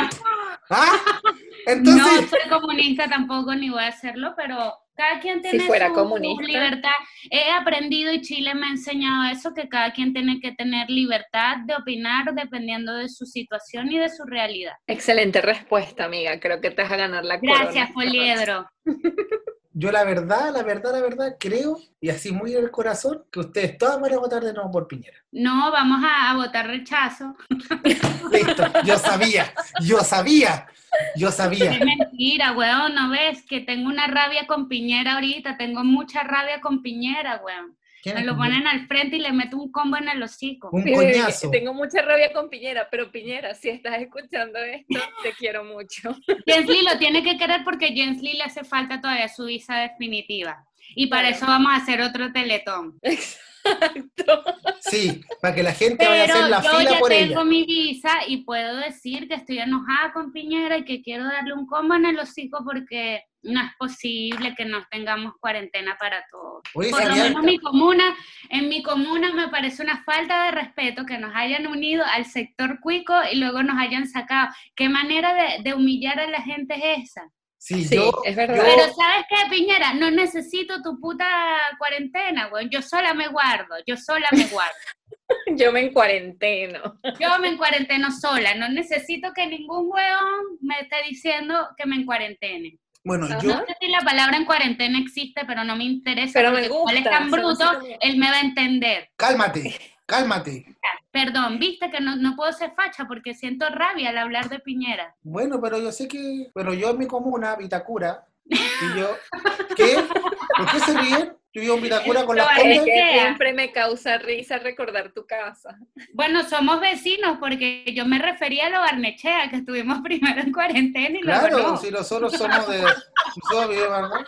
¿Ah? no Entonces, soy comunista tampoco ni voy a hacerlo, pero cada quien tiene fuera su, comunista. su libertad. He aprendido y Chile me ha enseñado eso, que cada quien tiene que tener libertad de opinar dependiendo de su situación y de su realidad. Excelente respuesta, amiga. Creo que te vas a ganar la corona. Gracias, Poliedro. yo la verdad, la verdad, la verdad, creo, y así muy en el corazón, que ustedes todas van a votar de nuevo por Piñera. No, vamos a, a votar rechazo. Listo, yo sabía, yo sabía, yo Es sabía. mentira, weón, ¿no ves? Que tengo una rabia con Piñera ahorita, tengo mucha rabia con Piñera, weón. ¿Quién Me es lo Piñera? ponen al frente y le meto un combo en el hocico. Un Eh, coñazo. Tengo mucha rabia con Piñera, pero Piñera, si estás escuchando esto, [laughs] te quiero mucho. [laughs] Jens Lee lo tiene que querer porque Jens Lee le hace falta todavía su visa definitiva. Y para Claro. eso vamos a hacer otro teletón. Exacto. Sí, para que la gente vaya a Pero hacer la yo fila ya por tengo ella. mi visa y puedo decir que estoy enojada con Piñera y que quiero darle un combo en el hocico porque no es posible que nos tengamos cuarentena para todos. Oye, Por lo ¿sabían? menos mi comuna, en mi comuna me parece una falta de respeto que nos hayan unido al sector cuico y luego nos hayan sacado. ¿Qué manera de, de humillar a la gente es esa? Sí, Sí, yo, es verdad. yo- Pero ¿sabes qué, Piñera? No necesito tu puta cuarentena, güey. Yo sola me guardo, yo sola me guardo. Yo me encuarenteno. Yo me encuarenteno sola, no necesito que ningún weón me esté diciendo que me encuarentene. bueno, Ajá. yo No sé si la palabra en cuarentena existe, pero no me interesa. Pero me porque como Él es gusta, tan se me hace bruto, como- él me va a entender. Cálmate, cálmate. Perdón, viste que no, no puedo ser facha porque siento rabia al hablar de Piñera. Bueno, pero yo sé que. Pero yo en mi comuna, Vitacura, y yo. ¿Qué? ¿Por qué se ríen? Yo vivo en Vitacura con las Esto Es condes. Hombre. que siempre me causa risa recordar tu casa. Bueno, somos vecinos porque yo me refería a lo Barnechea, que estuvimos [laughs] primero en cuarentena y luego Claro, no. si nosotros somos de. Nosotros vivimos acá.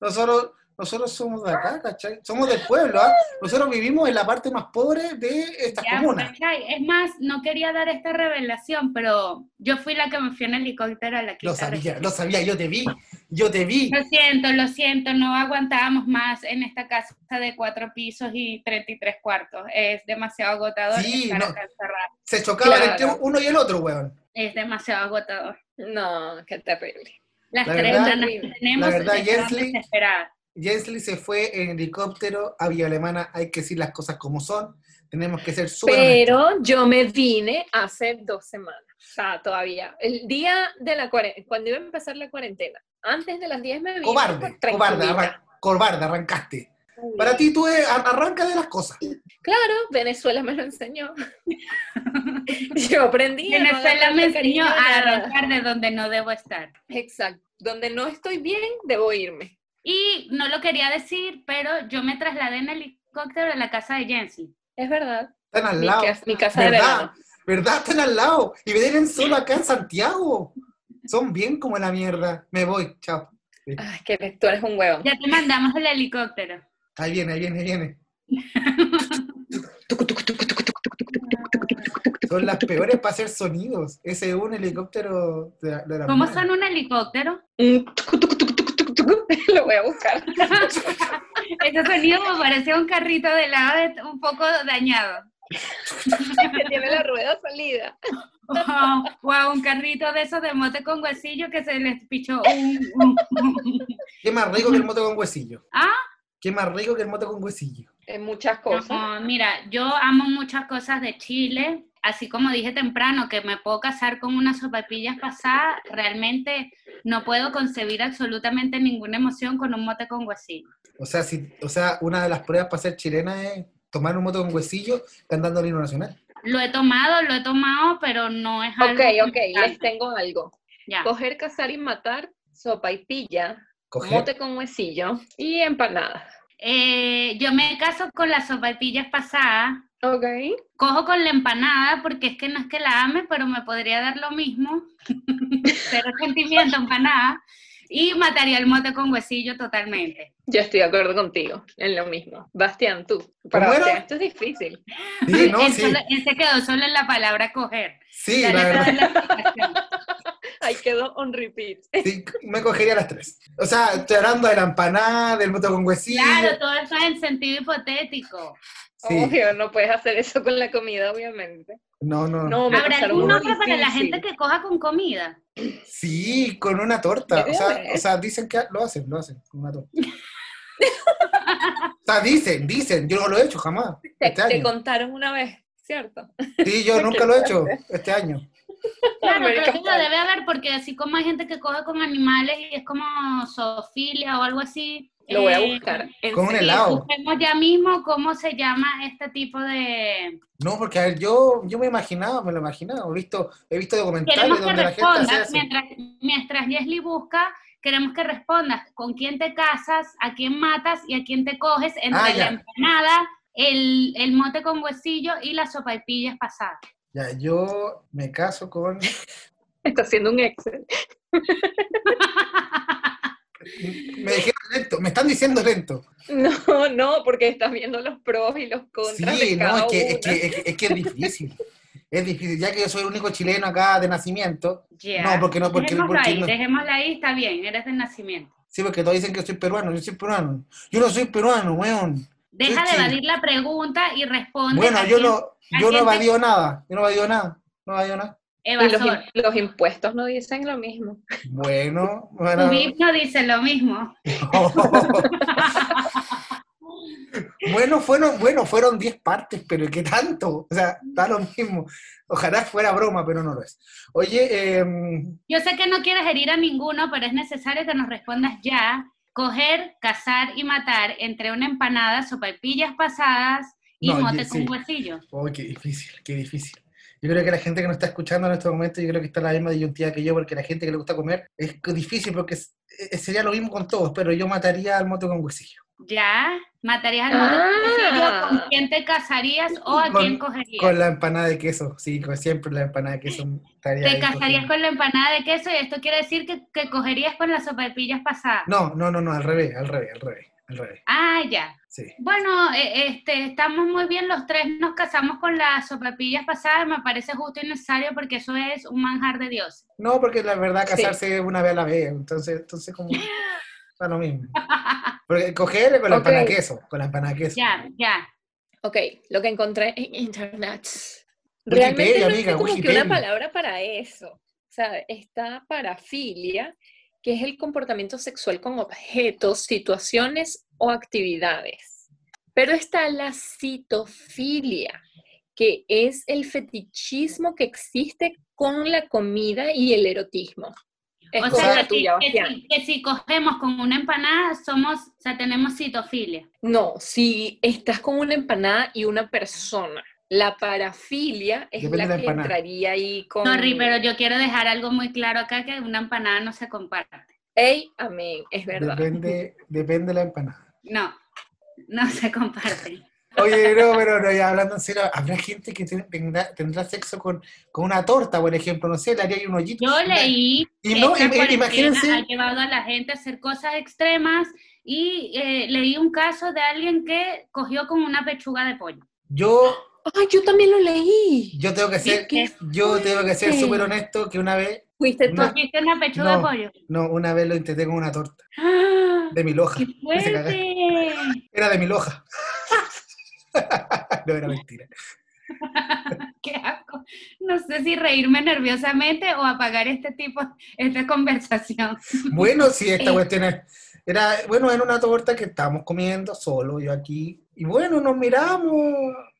Nosotros, nosotros somos de acá, ¿cachai? Somos del pueblo, ¿ah? Nosotros vivimos en la parte más pobre de estas Ya, pues, comunas. ¿cachai? Es más, no quería dar esta revelación, pero yo fui la que me fui en helicóptero a la quinta Lo sabía, región. lo sabía, yo te vi, yo te vi. Lo siento, lo siento, no aguantábamos más en esta casa de cuatro pisos y 33 cuartos. Es demasiado agotador Sí, estar no. acá encerrado. Se chocaban Claro. entre uno y el otro, weón. Es demasiado agotador. No, qué terrible. Las La tres verdad- hermanas que tenemos la verdad, estaban Jessly- desesperadas. Jensly se fue en helicóptero a Villa Alemana, hay que decir las cosas como son, tenemos que ser súper honestos. Pero yo me vine hace dos semanas. O sea, todavía. El día de la cuarentena, cuando iba a empezar la cuarentena. Antes de las 10 me vine. Cobarde, pues, cobarde, tranquilita. arran- cobarde, arrancaste. Uy, Para ti tú eh, ar- arranca de las cosas. Claro, Venezuela me lo enseñó. [laughs] yo aprendí. a no Venezuela me agarrarle enseñó cariño a nada. arrancar de donde no debo estar. Exacto. Donde no estoy bien, debo irme. Y no lo quería decir, pero yo me trasladé en helicóptero a la casa de Jensi. Es verdad. Están al Mi, lado. cas- mi casa de ¿Verdad? verano. ¿Verdad? Están al lado. Y vienen solo acá en Santiago. Son bien como la mierda. Me voy, chao. Ay, que tú eres un huevón. Ya te mandamos el helicóptero. Ahí viene, ahí viene, ahí viene. Son las peores para hacer sonidos. Ese es un helicóptero de la, de la ¿Cómo mierda. son un helicóptero? Un tucu, tucu, tucu, tucu, tucu, tucu. [laughs] Lo voy a buscar. Ese sonido me parecía un carrito de helado un poco dañado. que tiene la rueda salida. [laughs] Wow, un carrito de esos de mote con huesillo que se les pichó [laughs] un- un- un- ¿Qué más rico que el moto [laughs] con huesillo? ¿Ah? ¿Qué más rico que el moto con huesillo? En muchas cosas. No, mira, yo amo muchas cosas de Chile. Así como dije temprano que me puedo casar con unas sopapillas pasadas, realmente no puedo concebir absolutamente ninguna emoción con un mote con huesillo. O sea, si, o sea, una de las pruebas para ser chilena es tomar un moto con huesillo cantando el himno nacional. Lo he tomado, lo he tomado, pero no es algo... Ok, que me ok, les encante. tengo algo. Ya. Coger, cazar y matar, sopa y pilla, Coger. mote con huesillo y empanada. Eh, yo me caso con las sopapillas pasadas, Ok. cojo con la empanada porque es que no es que la ame, pero me podría dar lo mismo. [laughs] Cero sentimiento, empanada. Y mataría el mote con huesillo totalmente. Yo estoy de acuerdo contigo en lo mismo. Bastián, tú. Para ¿Cómo era? Bastián, esto es difícil. [laughs] Sí, no, él, sí, solo- él se quedó solo en la palabra coger. sí, Ya la le verdad. acabé la explicación. Ahí quedó on repeat. Sí, me cogería las tres. O sea, estoy hablando de la empanada, del moto con huesillo. Claro, todo eso es en sentido hipotético. sí. [laughs] Obvio, no puedes hacer eso con la comida, obviamente. No, no, No, me ¿Habrá pasaron algún uno nombre para la difícil. gente que coja con comida? Sí, con una torta. O Debe sea, haber. o sea, dicen que lo hacen, lo hacen, con una torta. o sea, dicen, dicen. Yo no lo he hecho jamás. Te, Este te año. contaron una vez, ¿cierto? Sí, [laughs] yo nunca lo he hecho este año. Claro, American creo que lo Pie. debe haber porque así como hay gente que coge con animales y es como zoofilia o algo así. Lo voy a eh, buscar. En Con un serio. helado. Busquemos ya mismo cómo se llama este tipo de... No, porque a ver, yo, yo me imaginaba, me lo imaginaba. He visto, he visto documentales Queremos que donde la gente hace respondas, eso. mientras, mientras Leslie busca, queremos que respondas con quién te casas, a quién matas y a quién te coges entre Ah, la ya. empanada, el, el mote con huesillo y las sopaipillas pasadas. Ya, yo me caso con. [laughs] Está haciendo un Excel. Me dijeron lento, me están diciendo lento. No, no, porque estás viendo los pros y los contras Sí, de no, cada es que, es, uno. que, es, que, es que es difícil. Es difícil, ya que yo soy el único chileno acá de nacimiento. Ya. No, porque no, porque- dejémosla porque ahí, no. dejémosla ahí, está bien, eres de nacimiento. Sí, porque todos dicen que soy peruano, yo soy peruano. Yo no soy peruano, weón. Deja Pues Sí, de sí. evadir la pregunta y responde. Bueno, a yo quién- no, yo no quién te- evadió nada. Yo no evadió nada. No evadió nada. Y los, Evasor. im- los impuestos no dicen lo mismo. Bueno, Tu bueno. himno dice lo mismo. Oh. [laughs] bueno, fueron, bueno, fueron 10 partes, pero ¿qué tanto? O sea, da lo mismo. Ojalá fuera broma, pero no lo es. Oye, em, Yo sé que no quieres herir a ninguno, pero es necesario que nos respondas ya. Coger, cazar y matar entre una empanada, sopaipillas pasadas y No, mote ye- con sí. huesillo. Oh, qué difícil, qué difícil. Yo creo que la gente que nos está escuchando en este momento, yo creo que está en la misma disyuntiva que yo, porque la gente que le gusta comer es c- difícil porque es- eh, sería lo mismo con todos, pero yo mataría al moto con huesillo. ¿Ya? ¿Matarías al mote Ah. con huesillo? ¿Con quién te casarías o a Con- quién cogerías? Con la empanada de queso, sí, con siempre la empanada de queso. estaría te ahí casarías cogiendo. con la empanada de queso y esto quiere decir que, que cogerías con las sopaipillas pasadas. No, no, no, no, al revés, al revés, al revés, al revés, Ah, ya. sí. Bueno, eh, este, estamos muy bien los tres, nos casamos con las sopapillas pasadas, me parece justo y necesario porque eso es un manjar de Dios. No, porque la verdad Sí. casarse es una vez a la vez, entonces, entonces como... Está lo mismo. Porque coger con la Ok. empanada de queso, con la empanada de queso. Ya, ya. Ok, lo que encontré en internet. Realmente Wikipedia, no amiga, hay como que Wikipedia. una palabra para eso. O sea, está parafilia, que es el comportamiento sexual con objetos, situaciones o actividades. Pero está la citofilia, que es el fetichismo que existe con la comida y el erotismo. Es O como sea, la que, tuya, si- que Bastián. si, que si cogemos con una empanada, somos, o sea, tenemos citofilia. No, si estás con una empanada y una persona. La parafilia es Depende de la la que empanada. entraría ahí con... Mm. Sorry, pero yo quiero dejar algo muy claro acá, que una empanada no se comparte. Ey, amén, es verdad. Depende, depende de la empanada. No, no se comparte. Oye, no, pero no, ya hablando en serio, habrá gente que ten- tendrá, tendrá sexo con, con una torta, por ejemplo, no sé, le haría ahí un hoyito. Yo leí Y que no, esta im- cuarentena imagínense- ha llevado a la gente a hacer cosas extremas y eh, leí un caso de alguien que cogió con una pechuga de pollo. Yo, Ay, yo también lo leí. yo tengo que ser, qué yo tengo que ser fuerte. súper honesto que una vez, Fuiste tú. No. ¿Cogiste una pechuga No. de pollo? no, una vez lo intenté con una torta, ¡Ah! de mi loja. [laughs] ¡Qué Me hice cagar. fuerte! [laughs] Era de mi loja. no era mentira. ¡Qué asco! No sé si reírme nerviosamente o apagar este tipo, esta conversación. Bueno, sí, esta Eh. cuestión es- era, bueno, era una torta que estábamos comiendo solo, yo aquí. Y bueno, nos miramos,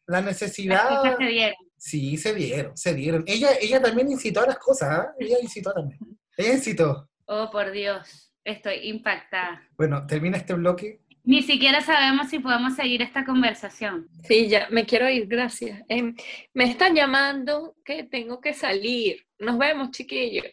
la Las cosas [laughs] necesidad. se dieron. Sí, se dieron, se dieron. Ella, ella también incitó a las cosas, ¿ah? Ella incitó también. Ella incitó. Oh, por Dios, estoy impactada. Bueno, termina este bloque. Ni siquiera sabemos si podemos seguir esta conversación. Sí, ya, me quiero ir, gracias. Em, me están llamando que tengo que salir. Nos vemos, chiquillos.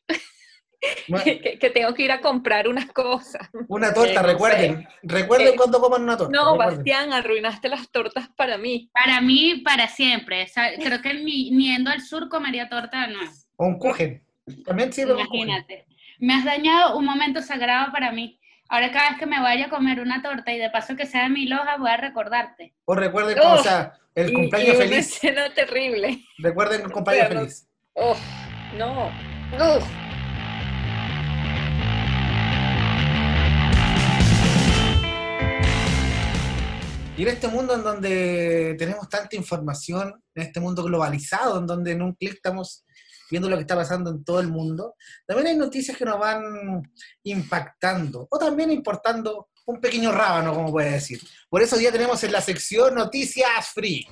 Bueno, [laughs] que, que tengo que ir a comprar unas cosas. Una torta, Eh, no recuerden. Recuerden Eh, cuando coman una torta. No, recuerden. Bastián, arruinaste las tortas para mí. Para mí, para siempre. O sea, creo que ni, ni yendo al sur comería torta no. O un cujen. También sirve un cujen. Imagínate. Me has dañado un momento sagrado para mí. Ahora cada vez que me vaya a comer una torta y de paso que sea de mi loja, voy a recordarte. O recuerden cómo, Oh, o sea, el Y- cumpleaños y una feliz. escena terrible. Recuerden el cumpleaños Pero- feliz. Oh, no. Ugh. Y en este mundo en donde tenemos tanta información, en este mundo globalizado, en donde en un clic estamos viendo lo que está pasando en todo el mundo, también hay noticias que nos van impactando o también importando un pequeño rábano, como puede decir. Por eso hoy día tenemos en la sección Noticias Freak.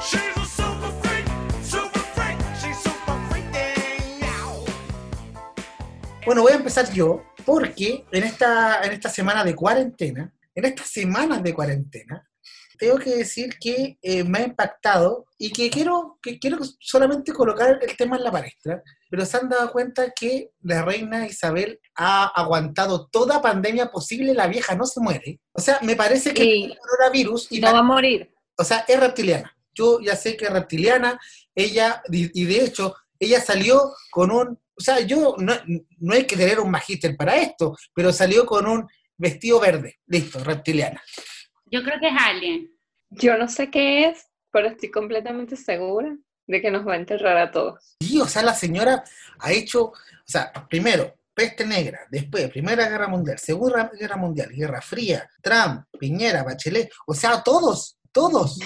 She's a super freak, super freak, she's super freaking out. Bueno, voy a empezar yo porque en esta, en esta semana de cuarentena, en estas semanas de cuarentena, tengo que decir que eh, me ha impactado y que quiero, que quiero solamente colocar el tema en la palestra, pero se han dado cuenta que la reina Isabel ha aguantado toda pandemia posible, la vieja no se muere. O sea, me parece que Sí. el coronavirus y No va a morir. o sea, es reptiliana. Yo ya sé que es reptiliana, ella, y y de hecho, ella salió con un, o sea, yo, no, no hay que tener un magíster para esto, pero salió con un vestido verde, listo, reptiliana. Yo creo que es alguien. Yo no sé qué es, pero estoy completamente segura de que nos va a enterrar a todos. Y, o sea, la señora ha hecho, o sea, primero, peste negra, después, Primera Guerra Mundial, Segunda Guerra Mundial, Guerra Fría, Trump, Piñera, Bachelet, o sea, todos, todos.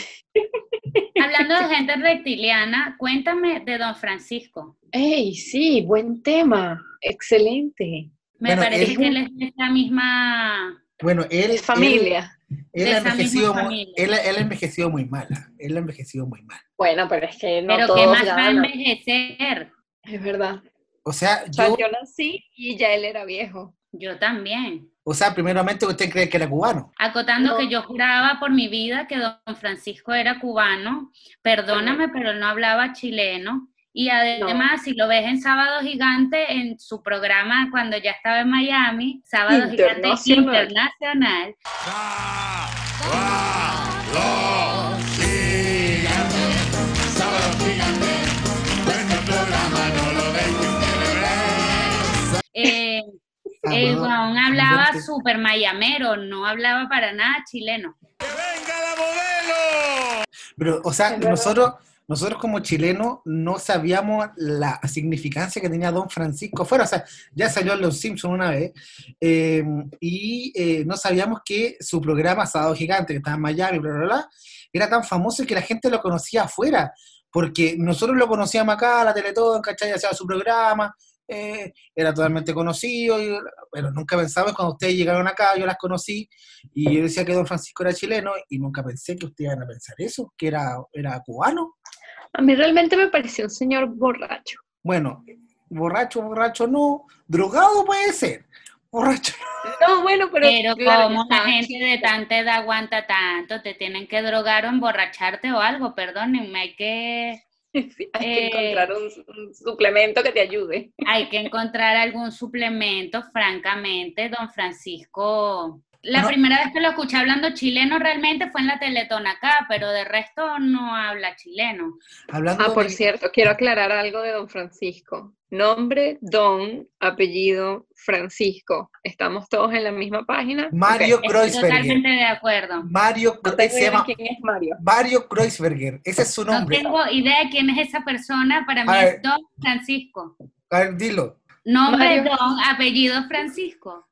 Hablando [laughs] de gente reptiliana, cuéntame de don Francisco. ¡Ey, sí! Buen tema. Excelente. Me Bueno, parece él- que él es de esa misma... Bueno, él... él- Familia. Él De ha esa misma envejecido, muy, familia. él, él ha envejecido muy mala, él ha envejecido muy mal. Bueno, pero es que no Pero todos que más va a ganan. envejecer. Es verdad. O sea, O sea, yo, yo nací y ya él era viejo. Yo también. o sea, primeramente usted cree que era cubano. Acotando No. que yo juraba por mi vida que don Francisco era cubano, perdóname, pero él no hablaba chileno. Y además, si lo ves en Sábado Gigante, en su programa cuando ya estaba en Miami, Sábado Gigante Internacional. Internacional, Ah, ah, los gigantes, sábado gigante, nuestro programa no lo dejen de Ah, beber. eh, el Sábado huevón hablaba Ah, Gigante. súper mayamero, no hablaba para nada chileno. ¡Que venga la modelo! Pero, o sea, Es verdad. nosotros, nosotros como chilenos no sabíamos la significancia que tenía Don Francisco fuera. O sea, ya salió en Los Simpsons una vez eh, y eh, no sabíamos que su programa Sábado Gigante, que estaba en Miami, bla, bla, bla, era tan famoso que la gente lo conocía afuera. Porque nosotros lo conocíamos acá, la Teletón, ¿cachai? Hacía su programa, eh, era totalmente conocido, y- pero nunca pensaba cuando ustedes llegaron acá, yo las conocí, y yo decía que Don Francisco era chileno, y nunca pensé que ustedes iban a pensar eso, que era, era cubano. A mí realmente me pareció un señor borracho. Bueno, borracho, borracho no, drogado puede ser, borracho [laughs] No, bueno, pero, Pero claro, como ya la estaba gente de tanta edad aguanta tanto, te tienen que drogar o emborracharte o algo, perdónenme, hay que, chido. Hay que Eh, encontrar un, un suplemento que te ayude. hay que encontrar algún suplemento, francamente, don Francisco. La No. primera vez que lo escuché hablando chileno realmente fue en la Teletón acá, pero de resto no habla chileno. no. Hablando Ah, por de- cierto, quiero aclarar algo de don Francisco. Nombre, don, apellido, Francisco. ¿Estamos todos en la misma página? Mario Ok. Estoy Kreuzberger, totalmente de acuerdo. Mario, No Kre- tengo se idea llama quién es Mario. Mario Kreuzberger, ese es su No nombre. tengo idea de quién es esa persona, para mí A ver. es don Francisco. A ver, dilo, Nombre Mario. don, apellido Francisco.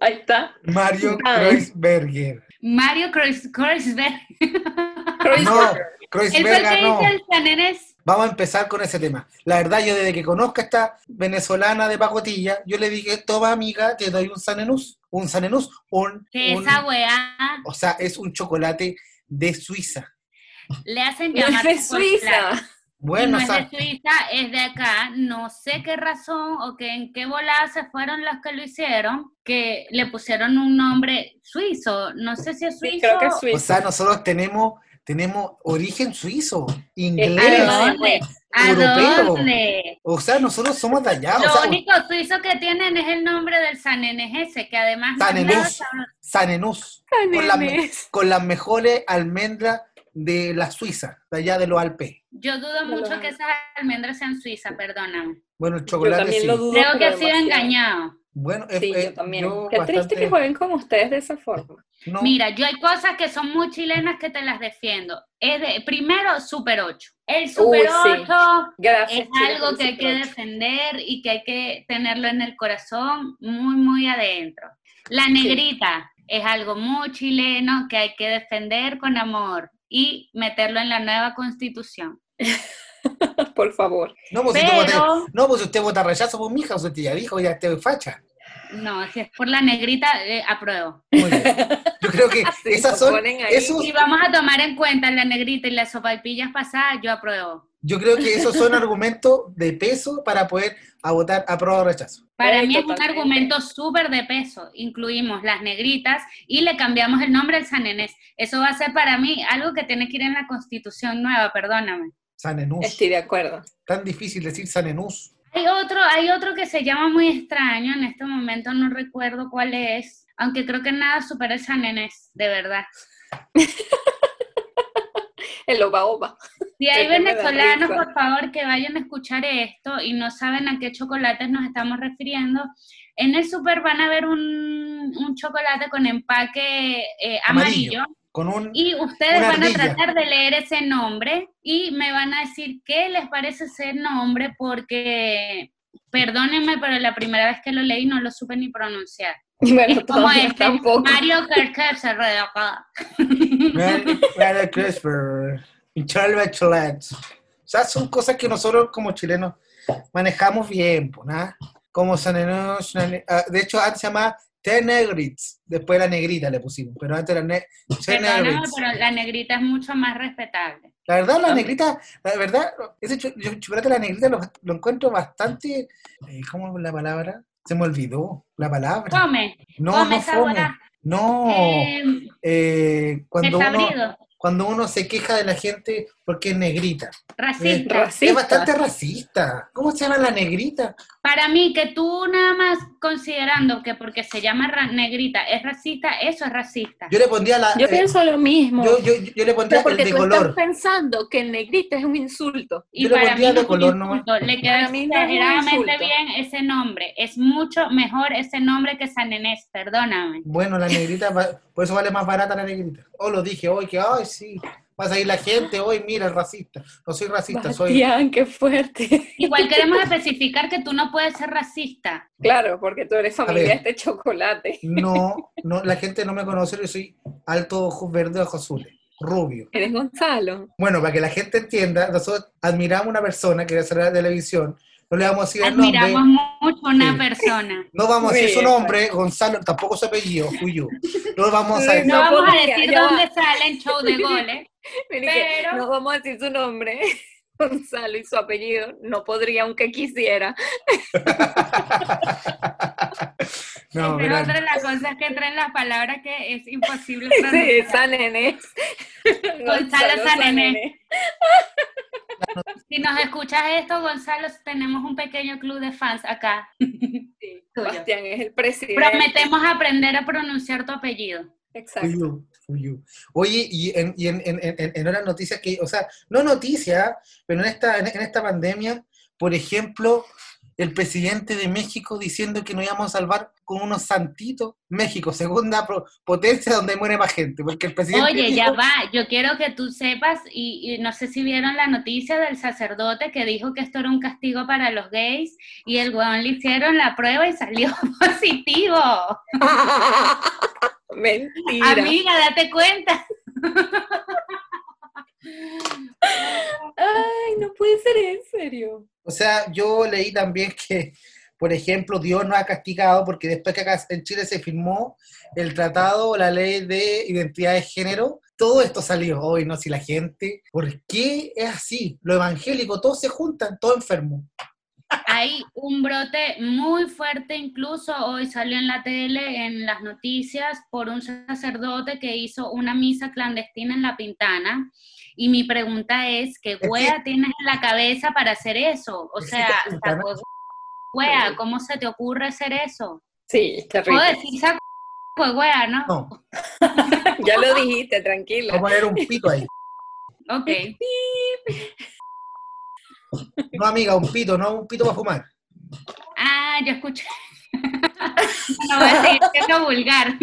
Ahí [laughs] está. Mario Ay. Kreuzberger. Mario Kreuz- Kreuzberg. No, Kreuzberger. Él fue el Kreuzberger que no. hizo el Sanenés. Vamos a empezar con ese tema. La verdad, yo desde que conozco a esta venezolana de pacotilla, yo le dije, toma amiga, te doy un sanenús, un sanenús, un, Que un- esa weá o sea, es un chocolate de Suiza. le hacen No, llamar es de chocolate. Suiza. Y Bueno, no o sea, es de Suiza, es de acá. No sé qué razón o que en qué volada se fueron las que lo hicieron, que le pusieron un nombre suizo. No sé si es suizo. Sí, creo que es o Suiza. sea, nosotros tenemos, tenemos origen suizo, Ay, inglés, ¿A no. dónde? ¿A pues, Europeo. dónde? o sea, nosotros somos de allá, o Lo sea, único suizo que tienen es el nombre del Sanenés ese, que además no es nada sanenús, sanenús, con, las me- con las mejores almendras de la Suiza, de allá de los Alpes. Yo dudo mucho que esas almendras sean suizas, perdóname. Bueno, el Yo chocolate también sí. lo dudo. Creo que pero ha sido demasiado. engañado. Bueno, es- Sí, es- yo también. eh, yo Qué triste bastante- que jueguen con ustedes de esa forma. no, Mira, yo hay cosas que son muy chilenas que te las defiendo. Es de, primero, Super 8. El Super sí. 8 Gracias. es Chile, algo por que hay que ese proyecto. defender y que hay que tenerlo en el corazón muy, muy adentro. La negrita es algo muy chileno que hay que defender con amor y meterlo en la nueva constitución. [laughs] Por favor. no, pues si tú votas- Pero, no, pues usted vota rechazo, pues mija, usted ya dijo, ya te facha. no, si es por la negrita, eh, apruebo. [laughs] Muy bien. Yo creo que Ah, Sí, esas lo son, ponen ahí. esos, Si vamos a tomar en cuenta la negrita y las sopapillas pasadas, yo apruebo. yo creo que esos son argumentos de peso para poder a votar a o rechazo. Para Sí, mí es un totalmente. argumento súper de peso. Incluimos las negritas y le cambiamos el nombre al sanenés. Eso va a ser para mí algo que tiene que ir en la constitución nueva, perdóname. Sanenús. Estoy de acuerdo. Tan difícil decir Sanenús. Hay otro, hay otro que se llama muy extraño, en este momento no recuerdo cuál es, aunque creo que nada supera el sanenés, de verdad. El oba [laughs] oba. Si hay Este me da venezolanos, risa. por favor, que vayan a escuchar esto y no saben a qué chocolates nos estamos refiriendo, en el super van a ver un, un chocolate con empaque eh, Amarillo. amarillo. Con un. y ustedes Una van a ardilla. tratar de leer ese nombre y me van a decir qué les parece ese nombre porque, perdónenme, pero la primera vez que lo leí no lo supe ni pronunciar. Bueno, Es como todavía este, tampoco. Mario Kerkev se redacta. Mary Crisper. y Charles Bachelet. O sea, son cosas que nosotros como chilenos manejamos bien, pues, ¿nada? Como Sanenús. Nane- ah, De hecho, antes se llamaba Tenegritz. Después la negrita le pusimos, pero antes era ne- Perdónenme, Tenegritz. pero la negrita es mucho más respetable. La verdad, la También. negrita, la verdad, ese cho- yo chocolate de la negrita lo, lo encuentro bastante. eh, ¿Cómo es la palabra? Se me olvidó la palabra. Come, No, come no esa fome. hueá. No. eh, eh, Oh, cuando, uno, desabrido, cuando uno se queja de la gente porque es negrita. Eh, racista. Racista. Es bastante racista. ¿Cómo se llama la negrita? Para mí, que tú nada más considerando que porque se llama ra- negrita es racista, eso es racista. Yo le pondría la. Yo eh, pienso lo mismo. yo, yo- yo le pondría pero el porque de tú estás color. pensando que el negrito es un insulto. Y Yo le para mí pondría no de es un color nomás. insulto, le queda Para mí no es un exageradamente insulto. bien ese nombre. Es mucho mejor ese nombre que San Enés, perdóname. Bueno, la negrita, va- por eso vale más barata la negrita. Oh, lo dije hoy, que, ay, sí. Vas a ir la gente, hoy mira, el racista. No soy racista, soy. Bastián, qué fuerte. [laughs] Igual queremos especificar que tú no puedes ser racista. [laughs] Claro, porque tú eres familia de ver. este chocolate. No, no, la gente no me conoce, yo soy alto, ojos verdes, ojos azules, rubio. Eres Gonzalo. Bueno, para que la gente entienda, nosotros admiramos a una persona que sale a la televisión, no le vamos a decir el nombre, Admiramos mucho a una persona. no vamos a decir su Sí, nombre, Gonzalo, tampoco su apellido, Julio. No vamos a decir. No, No vamos a podría, decir ya va. dónde sale el show de ¿eh? goles. Me dije, Pero- No vamos a decir su nombre, [laughs] Gonzalo, y su apellido. No podría, aunque quisiera. No, Esa es otra de verán. las cosas que traen las palabras que es imposible Sí, pronunciar. San Ené. [laughs] Gonzalo San Ené. Ené. Si nos escuchas esto, Gonzalo, tenemos un pequeño club de fans acá. Sí, Tuyo. Bastián es el presidente. Prometemos aprender a pronunciar tu apellido. Exacto. Julio, Julio. Oye, y en, y en, en, en, en unas noticias que, o sea, no noticias, pero en esta, en, en esta pandemia, por ejemplo, el presidente de México diciendo que nos íbamos a salvar con unos santitos. México, segunda pro- potencia donde muere más gente, porque el presidente... Oye, ya dijo- va, yo quiero que tú sepas, y, y no sé si vieron la noticia del sacerdote que dijo que esto era un castigo para los gays, y el weón le hicieron la prueba y salió [laughs] positivo. [laughs] Mentira. Amiga, date cuenta. Ay, no puede ser en serio. O sea, yo leí también [laughs] que, por ejemplo, Dios nos ha castigado porque después que acá en Chile se firmó el tratado, la ley de identidad de género, todo esto salió hoy, no si la gente, ¿por qué es así? Lo evangélico, todos se juntan, todos enfermos. Hay un brote muy fuerte, incluso hoy salió en la tele, en las noticias, por un sacerdote que hizo una misa clandestina en La Pintana. Y mi pregunta es, ¿qué que- wea tienes en la cabeza para hacer eso? O Es que sea, La Pintana- saco- wea, ¿cómo se te ocurre hacer eso? Sí, ¿Puedo terrible. decir saco pues wea, no? [laughs] No, Ya lo dijiste, tranquila. [laughs] vamos a poner un pito ahí. Ok. No, amiga, un pito, no un pito para fumar. Ah, yo escuché. [laughs] no voy a seguir siendo vulgar.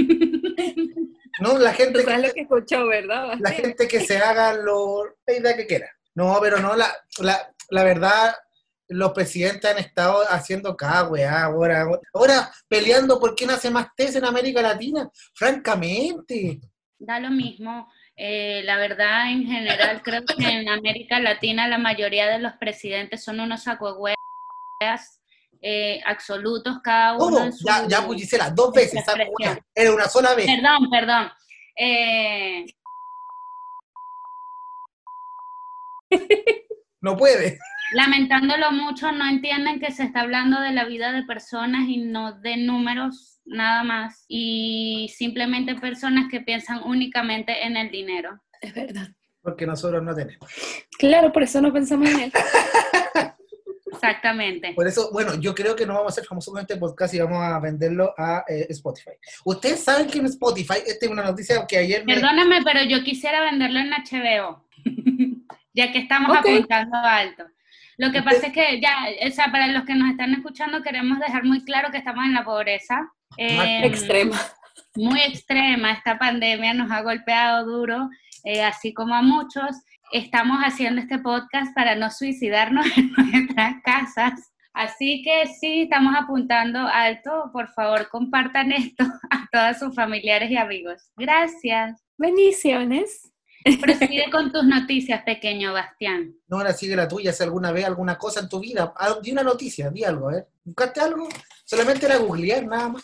No, la Tú gente, sabes lo que escuchó, ¿verdad? Bastián? la gente que se haga lo, la idea que quiera. No, pero no, la, la, la verdad, los presidentes han estado haciendo cada weá, ahora, ahora peleando por quién hace más test en América Latina, francamente. Da lo mismo. Eh, la verdad, en general, creo que en América Latina la mayoría de los presidentes son unos sacohueas eh, absolutos, cada uno Todo, en su... ya, ya pues, Gisela, dos veces, saco weá, era una sola vez. Perdón, perdón. Eh, No puede. lamentándolo mucho, no entienden que se está hablando de la vida de personas y no de números nada más. Y simplemente personas que piensan únicamente en el dinero. Es verdad. Porque nosotros no tenemos. Claro, por eso no pensamos en él. Exactamente. Por eso, bueno, yo creo que no vamos a hacer famosos con este podcast y vamos a venderlo a eh, Spotify. Ustedes saben que en Spotify, esta es una noticia que ayer me... Perdóname, pero yo quisiera venderlo en HBO, [laughs] ya que estamos Ok. apuntando alto. Lo que pasa es que ya, o sea, para los que nos están escuchando, queremos dejar muy claro que estamos en la pobreza. eh, Extremo. muy extrema. Esta pandemia nos ha golpeado duro, eh, así como a muchos. Estamos haciendo este podcast para no suicidarnos [laughs] en nuestras casas. Así que sí, estamos apuntando alto. Por favor, compartan esto [laughs] a todos sus familiares y amigos. Gracias. [laughs] Bendiciones. Prosigue con tus noticias, pequeño Bastián. No, ahora sigue la tuya, si alguna vez alguna cosa en tu vida. Ah, Di una noticia, di algo, a ver. ¿Buscaste algo? Solamente era googlear, nada más.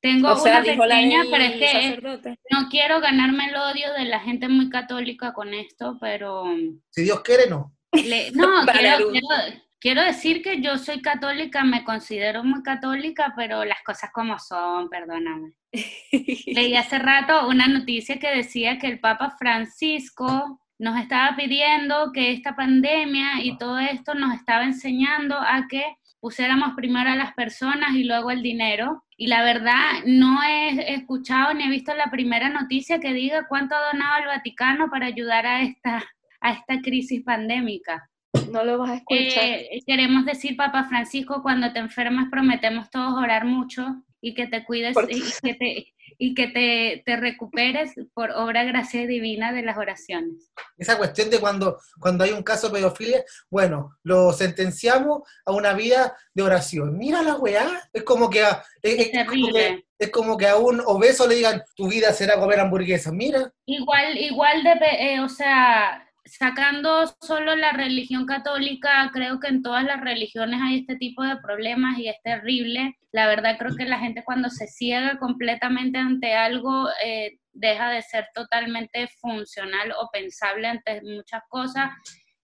Tengo O sea, una dijo la pequeña, del pero es que sacerdote. no quiero ganarme el odio de la gente muy católica con esto, pero mm, Si Dios quiere, no. Le- [laughs] no, Para quiero, Luz. quiero- quiero decir que yo soy católica, me considero muy católica, pero las cosas como son, perdóname. [laughs] Leí hace rato una noticia que decía que el Papa Francisco nos estaba pidiendo que esta pandemia y todo esto nos estaba enseñando a que pusiéramos primero a las personas y luego el dinero. Y la verdad, no he escuchado ni he visto la primera noticia que diga cuánto ha donado el Vaticano para ayudar a esta, a esta crisis pandémica. [laughs] No lo vas a escuchar. Eh, queremos decir, Papa [laughs] Francisco, cuando te enfermas prometemos todos orar mucho y que te cuides Por- y que te, y que te, te recuperes por obra, gracia divina de las oraciones. Esa cuestión de cuando, cuando hay un caso de pedofilia, bueno, lo sentenciamos a una vida de oración. Mira la weá, es como que a, es, es como que, es como que a un obeso le digan, tu vida será comer hamburguesas, mira. Igual, igual de, pe- eh, o sea, sacando solo la religión católica, creo que en todas las religiones hay este tipo de problemas y es terrible. La verdad creo que la gente cuando se ciega completamente ante algo eh, deja de ser totalmente funcional o pensable ante muchas cosas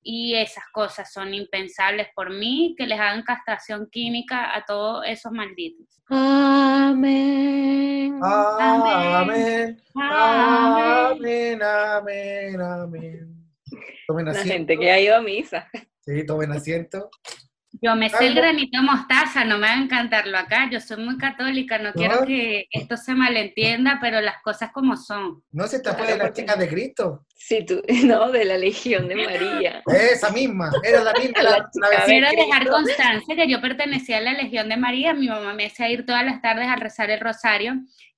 y esas cosas son impensables por mí, que les hagan castración química a todos esos malditos. Amén. Amén. Mm, Ah, Amén. Ah, Amén. Amén. Amén. Tomen La asiento. gente que ha ido a misa. [laughs] Sí, tomen asiento. Yo me sé Ay, el no. granito de mostaza, no me hagan cantarlo acá, yo soy muy católica, no quiero que esto se malentienda, pero las cosas como son. No se está de las chicas de Cristo. Sí, tú, [laughs] no, de la Legión de María. Esa misma, era la misma. [laughs] la, la Quiero vecina. dejar constancia que yo pertenecía a la Legión de María, mi mamá me hacía ir todas las tardes a rezar el rosario.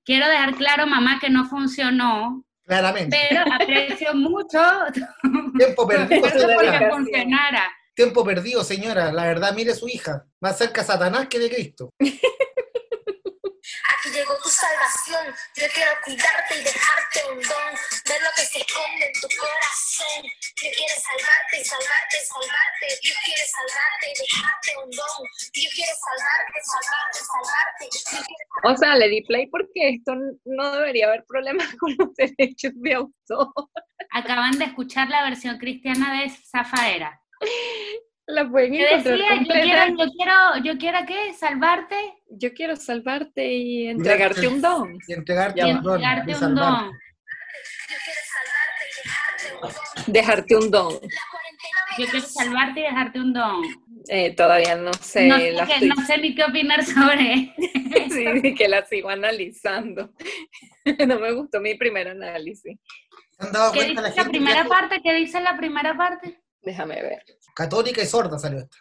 Quiero dejar claro, mamá, que no funcionó, Claramente. pero aprecio mucho [laughs] Tiempo perdido, porque señora. funcionara. Tiempo perdido, señora. La verdad, mire su hija. Más cerca a Satanás que de Cristo. Aquí llegó tu salvación. Yo quiero cuidarte y dejarte un don. Ver lo que se esconde en tu corazón. Yo quiero salvarte y salvarte y salvarte. Dios quiere salvarte y dejarte un don. Yo quiero salvarte, salvarte, salvarte. Dios quiere O sea, le di play porque esto no debería haber problemas [laughs] con los derechos de autor. Acaban de escuchar la versión cristiana de Zafaera. La pueden Te encontrar decía, yo quiero, completa. yo quiero, yo quiero qué, salvarte. Yo quiero salvarte y Entregarte un don. Y entregarte Ya un va. don. y Entregarte un salvarte. don. Dejarte un don. Yo quiero salvarte y dejarte un don. Eh, todavía no sé. no, sé la qué- estoy- no sé ni qué opinar sobre [laughs] sí, que la sigo analizando. [laughs] No me gustó mi primer análisis. ¿Se han dado ¿Qué dice cuenta la la, gente? que primera es parte? ¿Qué dice la primera parte? Déjame ver. Católica y sorda salió esta.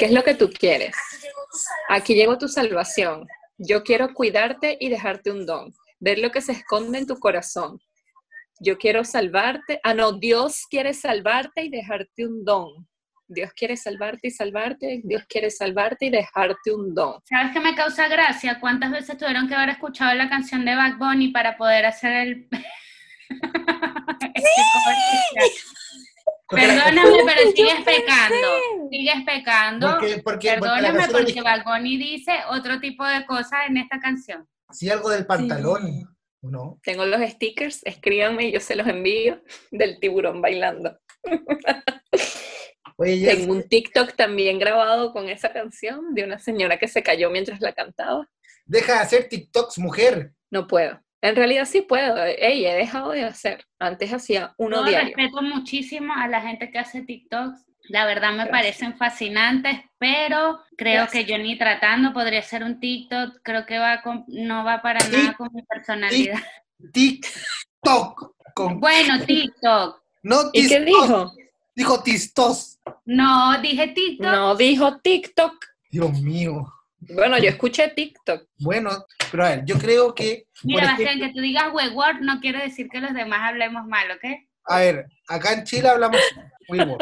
¿Qué es lo que tú quieres? salvarte. Aquí llegó tu salvación. Yo quiero cuidarte y dejarte un don. Ver lo que se esconde en tu corazón. Yo quiero salvarte. Ah, no, Dios quiere salvarte y dejarte un don. Dios quiere salvarte y salvarte. Dios quiere salvarte y dejarte un don. ¿Sabes qué me causa gracia? ¿Cuántas veces tuvieron que haber escuchado la canción de Bad Bunny para poder hacer el... [laughs] este cover? Perdóname, [laughs] pero sigues pecando. Sigues pecando. Porque- porque- porque la Perdóname canción porque Bad Bunny dice otro tipo de cosas en esta canción. Sí, algo del pantalón. ¿o ¿No? Tengo los stickers, escríbanme y yo se los envío del tiburón bailando. Oye, Jess, Tengo un TikTok también grabado con esa canción de una señora que se cayó mientras la cantaba. deja de hacer TikToks, mujer. No puedo. En realidad sí puedo. Ey, he dejado de hacer. Antes hacía uno Yo diario. respeto muchísimo a la gente que hace TikToks. La verdad me Gracias. parecen fascinantes, pero creo que yo ni tratando podría hacer un TikTok. Creo que va con- no va para nada con mi personalidad. TikTok. [laughs] Con... Bueno, TikTok. No, ¿Y qué tistos. dijo? Dijo tistos. No, dije TikTok. No dijo TikTok. Dios mío. Bueno, yo escuché TikTok. Bueno, pero a ver, yo creo que. por Mira, Bastián, ejemplo, que tú digas word no quiere decir que los demás hablemos mal, ¿ok? a ver, acá en Chile hablamos. We want.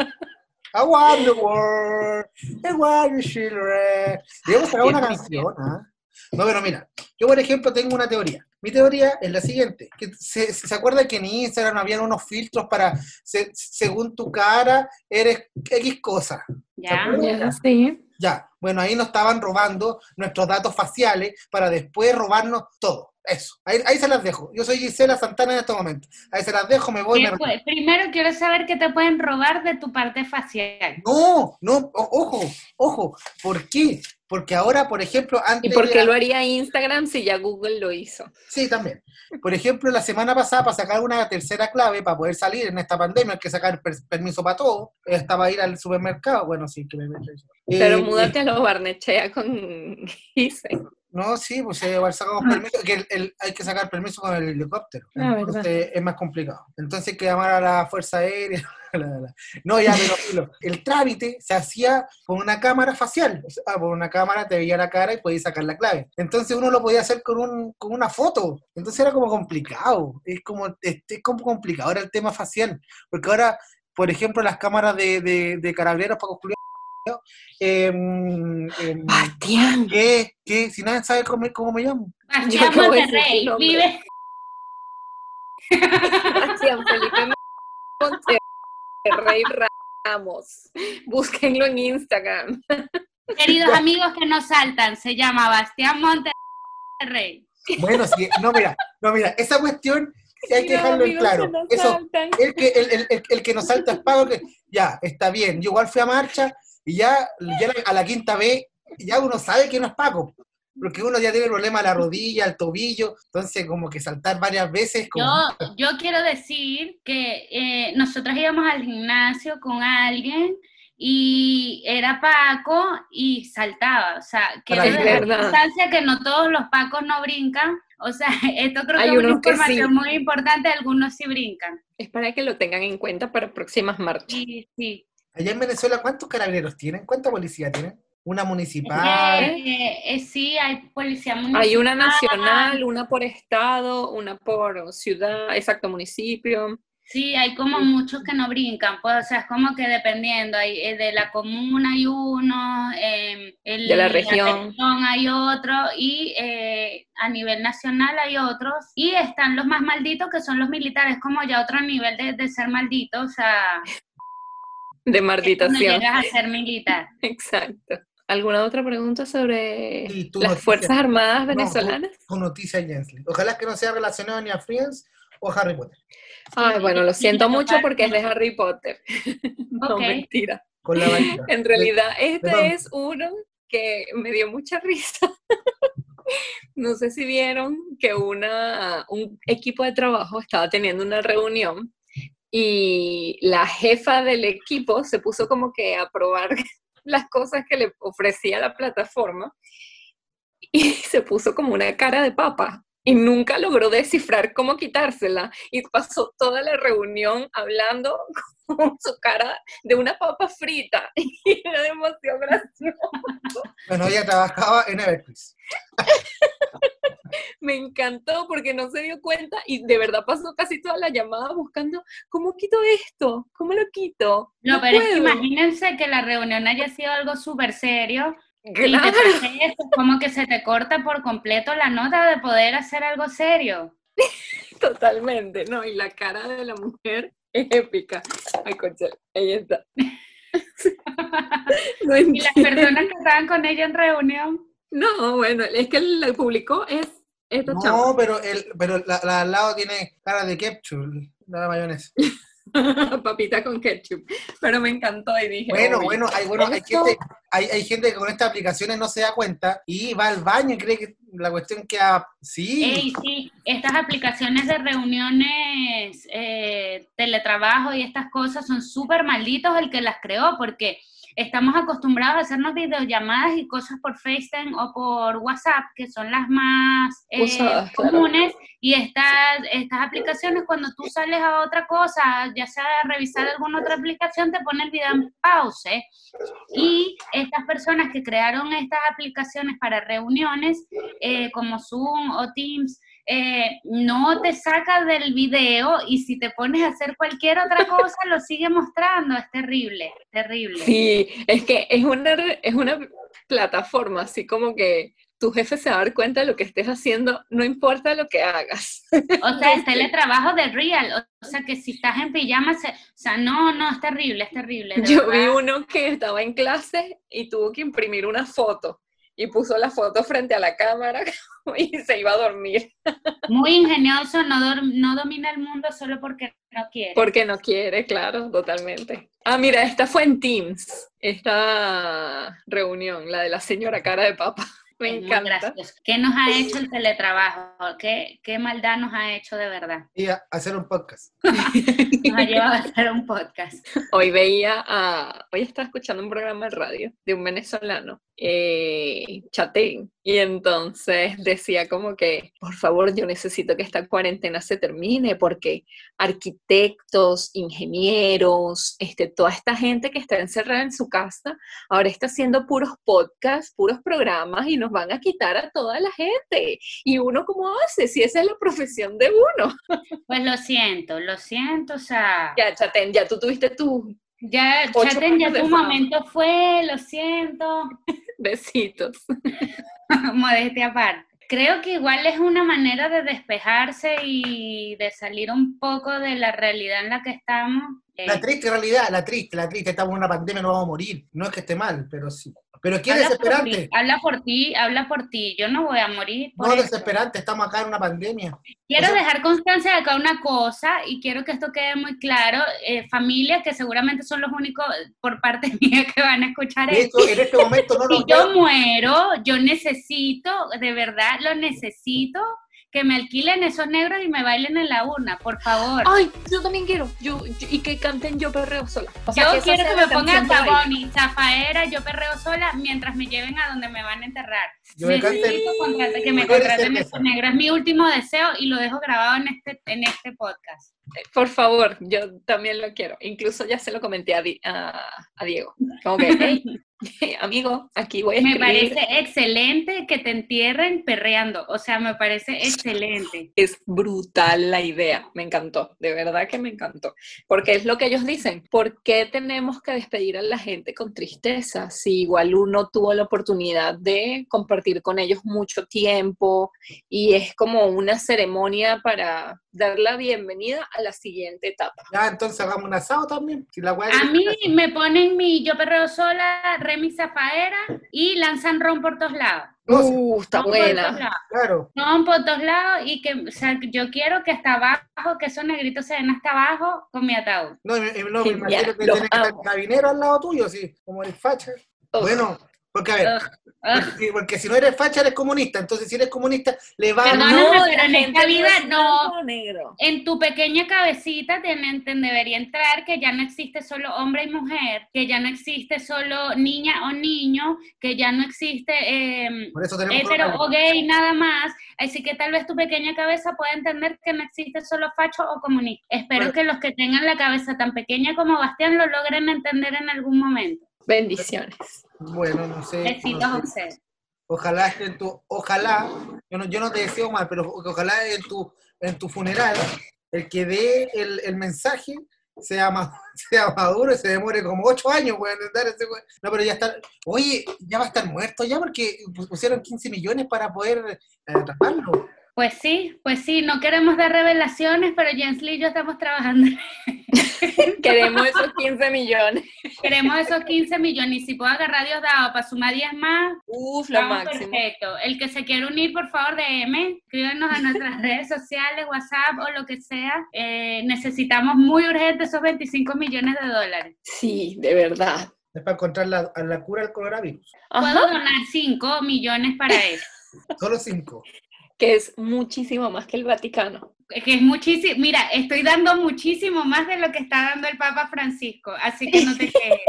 I want the world. I want the children. Debemos sacar una canción, ¿ah? No, pero mira, yo por ejemplo tengo una teoría. Mi teoría es la siguiente. Que se, ¿Se acuerda que en Instagram habían unos filtros para, se- según tu cara, eres X cosa? Ya. Sí. Ya, bueno, ahí nos estaban robando nuestros datos faciales para después robarnos todo. Eso, ahí, ahí se las dejo. Yo soy Gisela Santana en este momento. Ahí se las dejo, me voy. ¿Qué Me... fue? Primero quiero saber qué te pueden robar de tu parte [laughs] facial. No, no, o- ojo, ojo. ¿Por qué? Porque ahora, por ejemplo, ¿Y antes. por qué era- lo haría Instagram si ya Google lo hizo? Sí, también. Por ejemplo, la semana pasada, para sacar una tercera clave, para poder salir en esta pandemia, hay que sacar per- permiso para todo. Estaba ir al supermercado, bueno, sí, que me Pero Eh, múdate a los Barnechea con [laughs] Gise. No, sí, pues eh, igual sacamos permiso, que el- el- hay que sacar permiso con el helicóptero. Ah, verdad. Entonces es más complicado. Entonces hay que llamar a la Fuerza Aérea. [laughs] la, la, la. No, ya, pero [laughs] filo. el trámite se hacía con una cámara facial. O sea, por una cámara te veía la cara y podías sacar la clave. Entonces uno lo podía hacer con, un, con una foto. Entonces era como complicado. Es como, es, es como complicado. Era el tema facial. Porque ahora, por ejemplo, las cámaras de, de, de carabineros para Em, concluir Bastián. ¿Qué? ¿Qué? Si nadie sabe cómo, cómo me llamo. Bastián Yo acabo de Monterrey, decir tu nombre. [laughs] vive. Sebastián Felipe Monterrey Ramos. Búsquenlo en Instagram. Queridos amigos que nos saltan, se llama Bastián Monterrey. Bueno, sí, no, mira, no, mira, esa cuestión sí hay que Queridos dejarlo en amigos claro. que nos Eso, saltan. el que, el, el- el- el que nos salta es pago, que ya, está bien. Yo igual fui a marcha y ya, ya a la quinta vez, ya uno sabe que no es Paco. Porque uno ya tiene problemas a la rodilla, al tobillo, entonces como que saltar varias veces como... Yo, yo quiero decir que eh, nosotras íbamos al gimnasio con alguien y era Paco y saltaba. O sea, quiero Es dejar verdad. constancia que no todos los Pacos no brincan. O sea, [laughs] esto creo Hay que es una unos que sí. información muy importante, algunos sí brincan. Es para que lo tengan en cuenta para próximas marchas. Sí, sí. Allá en Venezuela, ¿cuántos carabineros tienen? ¿Cuánta policía tienen? Una municipal. Eh, eh, sí, hay policía municipal. Hay una Ah. nacional, una por estado, una por ciudad, exacto, municipio. Sí, hay como muchos que no brincan, pues, o sea, es como que dependiendo, hay, eh, de la comuna hay uno, em, el- De la región. región hay otro, y eh, a nivel nacional hay otros, y están los más malditos que son los militares, como ya otro nivel de, de ser maldito, o sea, De cuando marditación. llegas a ser militar. [laughs] Exacto. ¿Alguna otra pregunta sobre tu las noticia. Fuerzas Armadas No, tu- venezolanas? tu, noticia, Jensley. Ojalá que no sea relacionado ni a Friends o Harry Potter. Ay, bueno, lo siento mucho porque es de Harry Potter. No, Ok. mentira. Con la varita. [laughs] En realidad, este Perdón. es uno que me dio mucha [laughs] risa. No sé si vieron que una, un equipo de trabajo estaba teniendo una reunión y la jefa del equipo se puso como que a probar [laughs] las cosas que le ofrecía la plataforma y [laughs] se puso como una cara de papa y nunca logró descifrar cómo quitársela y pasó toda la reunión hablando [laughs] con su cara de una papa frita [laughs] y era demasiado gracioso. Bueno, ella trabajaba en Evercris. Me encantó porque no se dio cuenta y de verdad pasó casi toda la llamada buscando cómo quito esto, cómo lo quito. No, pero es que puedo". imagínense que la reunión haya sido algo súper serio. Y te [laughs] Claro. pase eso, es como que se te corta por completo la nota de poder hacer algo serio. Totalmente, no, y la cara de la mujer [laughs] es épica. Ay, concha, [laughs] ahí está. y las personas que estaban con ella en reunión. No, bueno, es que el público es esta No, chama. pero, el, pero la, la al lado tiene cara de ketchup, [laughs] la mayonesa. [laughs] Papita con ketchup. Pero me encantó y dije. Bueno, "Uy, bueno, hay, bueno, hay, esto- gente, hay, hay gente que con estas aplicaciones no se da cuenta y va al baño y cree que la cuestión queda... Sí, Ey, sí, estas aplicaciones de reuniones, eh, teletrabajo y estas cosas son súper malditos el que las creó, porque estamos acostumbrados a hacernos videollamadas y cosas por FaceTime o por WhatsApp, que son las más eh, Usadas, claro. comunes, y estas, estas aplicaciones, cuando tú sales a otra cosa, ya sea a revisar alguna otra aplicación, te pone el video en pause. Y estas personas que crearon estas aplicaciones para reuniones, eh, como Zoom o Teams, eh, no te saca del video y si te pones a hacer cualquier otra cosa, lo sigue mostrando. Es terrible, terrible. Sí, es que es una, re- es una plataforma, así como que tu jefe se va a dar cuenta de lo que estés haciendo, no importa lo que hagas. O sea, es teletrabajo de real. O sea, que si estás en pijama, se- o sea, no, no, es terrible, es terrible. de [laughs] Yo vi verdad. uno que estaba en clase y tuvo que imprimir una foto y puso la foto frente a la cámara [laughs] y se iba a dormir Muy ingenioso, no, dor- no domina el mundo solo porque no quiere. porque no quiere, claro, totalmente. Ah, mira, esta fue en Teams, esta reunión, la de la señora cara de papa. [laughs] Me Es muy encanta. gracioso. ¿Qué nos ha hecho el teletrabajo? ¿Qué, ¿Qué maldad nos ha hecho de verdad? y a- hacer un podcast. Nos ha llevado [laughs] a hacer un podcast. Hoy veía a, hoy estaba escuchando un programa de radio de un venezolano, eh, Chatein, Y entonces decía como que, por favor, yo necesito que esta cuarentena se termine porque arquitectos, ingenieros, este, toda esta gente que está encerrada en su casa, ahora está haciendo puros podcasts, puros programas y nos van a quitar a toda la gente. ¿Y uno cómo hace si esa es la profesión de uno? Pues lo siento, lo siento, o sea... Ya, Chaten, ya tú tuviste tu... Ya, ocho Chaten, ya años de tu fama. momento fue, lo siento. Besitos. [laughs] Modestia aparte. Creo que igual es una manera de despejarse y de salir un poco de la realidad en la que estamos. Eh, La triste realidad, la triste, la triste. Estamos en una pandemia, no vamos a morir. No es que esté mal, pero sí. Pero qué habla por desesperante. mí, Habla por ti, habla por ti. Yo no voy a morir. ah, por No eso. desesperante, estamos acá en una pandemia. Quiero O sea- dejar constancia de acá una cosa y quiero que esto quede muy claro. Eh, familias que seguramente son los únicos por parte [laughs] mía que van a escuchar De esto. hecho, en este momento no [laughs] si nos yo muero, yo necesito, de verdad lo necesito, que me alquilen esos negros y me bailen en la urna, por favor. Ay, yo también quiero. Yo, yo- y que canten yo perreo sola. O sea, yo que esa quiero sea que la me pongan canción de baile. Taboni, Zafaera, yo perreo sola mientras me lleven a donde me van a enterrar. Yo me canto el- Necesito contrata- que me Mujeres contraten cerveza. esos negros. Es mi último deseo y lo dejo grabado en este, en este podcast. Por favor, yo también lo quiero. Incluso ya se lo comenté a, Di- a, a Diego. Como que, "Hey, amigo, aquí voy a Me escribir. parece excelente que te entierren perreando. O sea, me parece excelente. Es brutal la idea, me encantó, de verdad que me encantó, porque es lo que ellos dicen, ¿por qué tenemos que despedir a la gente con tristeza si igual uno tuvo la oportunidad de compartir con ellos mucho tiempo y es como una ceremonia para dar la bienvenida a la siguiente etapa? Ya, entonces hagamos un asado también. Si la weá- A mí me ponen mi Yo Perreo Sola, Remix Zafaera y lanzan ron por todos lados. No, sí, Uh, está Ron por todos buena. lados. claro. Ron por todos lados y que, o sea, que yo quiero que hasta abajo, que esos negritos se den hasta abajo con mi ataúd. No, me, no, me Genial, imagino que los tiene que estar el amo. cabinero al lado tuyo, sí, como el facha. Ugh. Bueno, porque a ver, Ugh, Ah. ugh. porque, porque si no eres facha, eres comunista. Entonces, si eres comunista, le va Perdóname, no, pero en esta vida no. negro. En tu pequeña cabecita te, te debería entrar que ya no existe solo hombre y mujer, que ya no existe solo niña o niño, que ya no existe eh, Por eso tenemos hetero coronavirus. o gay nada más. Así que tal vez tu pequeña cabeza pueda entender que no existe solo facho o comunista. Espero Bueno. que los que tengan la cabeza tan pequeña como Bastián lo logren entender en algún momento. Bendiciones. Bueno, no sé. Besitos, no sé. José. Ojalá que en tu, ojalá, yo no, yo no te deseo mal, pero que ojalá en tu, en tu funeral, el que dé el, el mensaje sea, ma- [laughs] sea maduro y se demore como ocho años, weón, en dar ese weón. No, pero ya está, oye, ya va a estar muerto ya porque pu- pusieron 15 millones para poder eh, taparlo. Pues sí, pues sí, no queremos dar revelaciones, pero Jens Lee y yo estamos trabajando. [laughs] [laughs] Queremos esos 15 millones. Queremos esos 15 millones y si puedo agarrar Dios dado para sumar 10 más, Uf, lo Vamos, máximo. Perfecto. El que se quiera unir, por favor, DM, escríbanos a [laughs] nuestras redes sociales, WhatsApp o lo que sea. Eh, necesitamos muy urgente esos 25 millones de dólares. Sí, de verdad. Es para encontrar la, a la cura al coronavirus. Puedo Ajá. donar 5 millones [laughs] para eso. Solo cinco. que es muchísimo más que el Vaticano. Es que es muchísimo. Mira, estoy dando muchísimo más de lo que está dando el Papa Francisco, así que no [laughs] te quejes.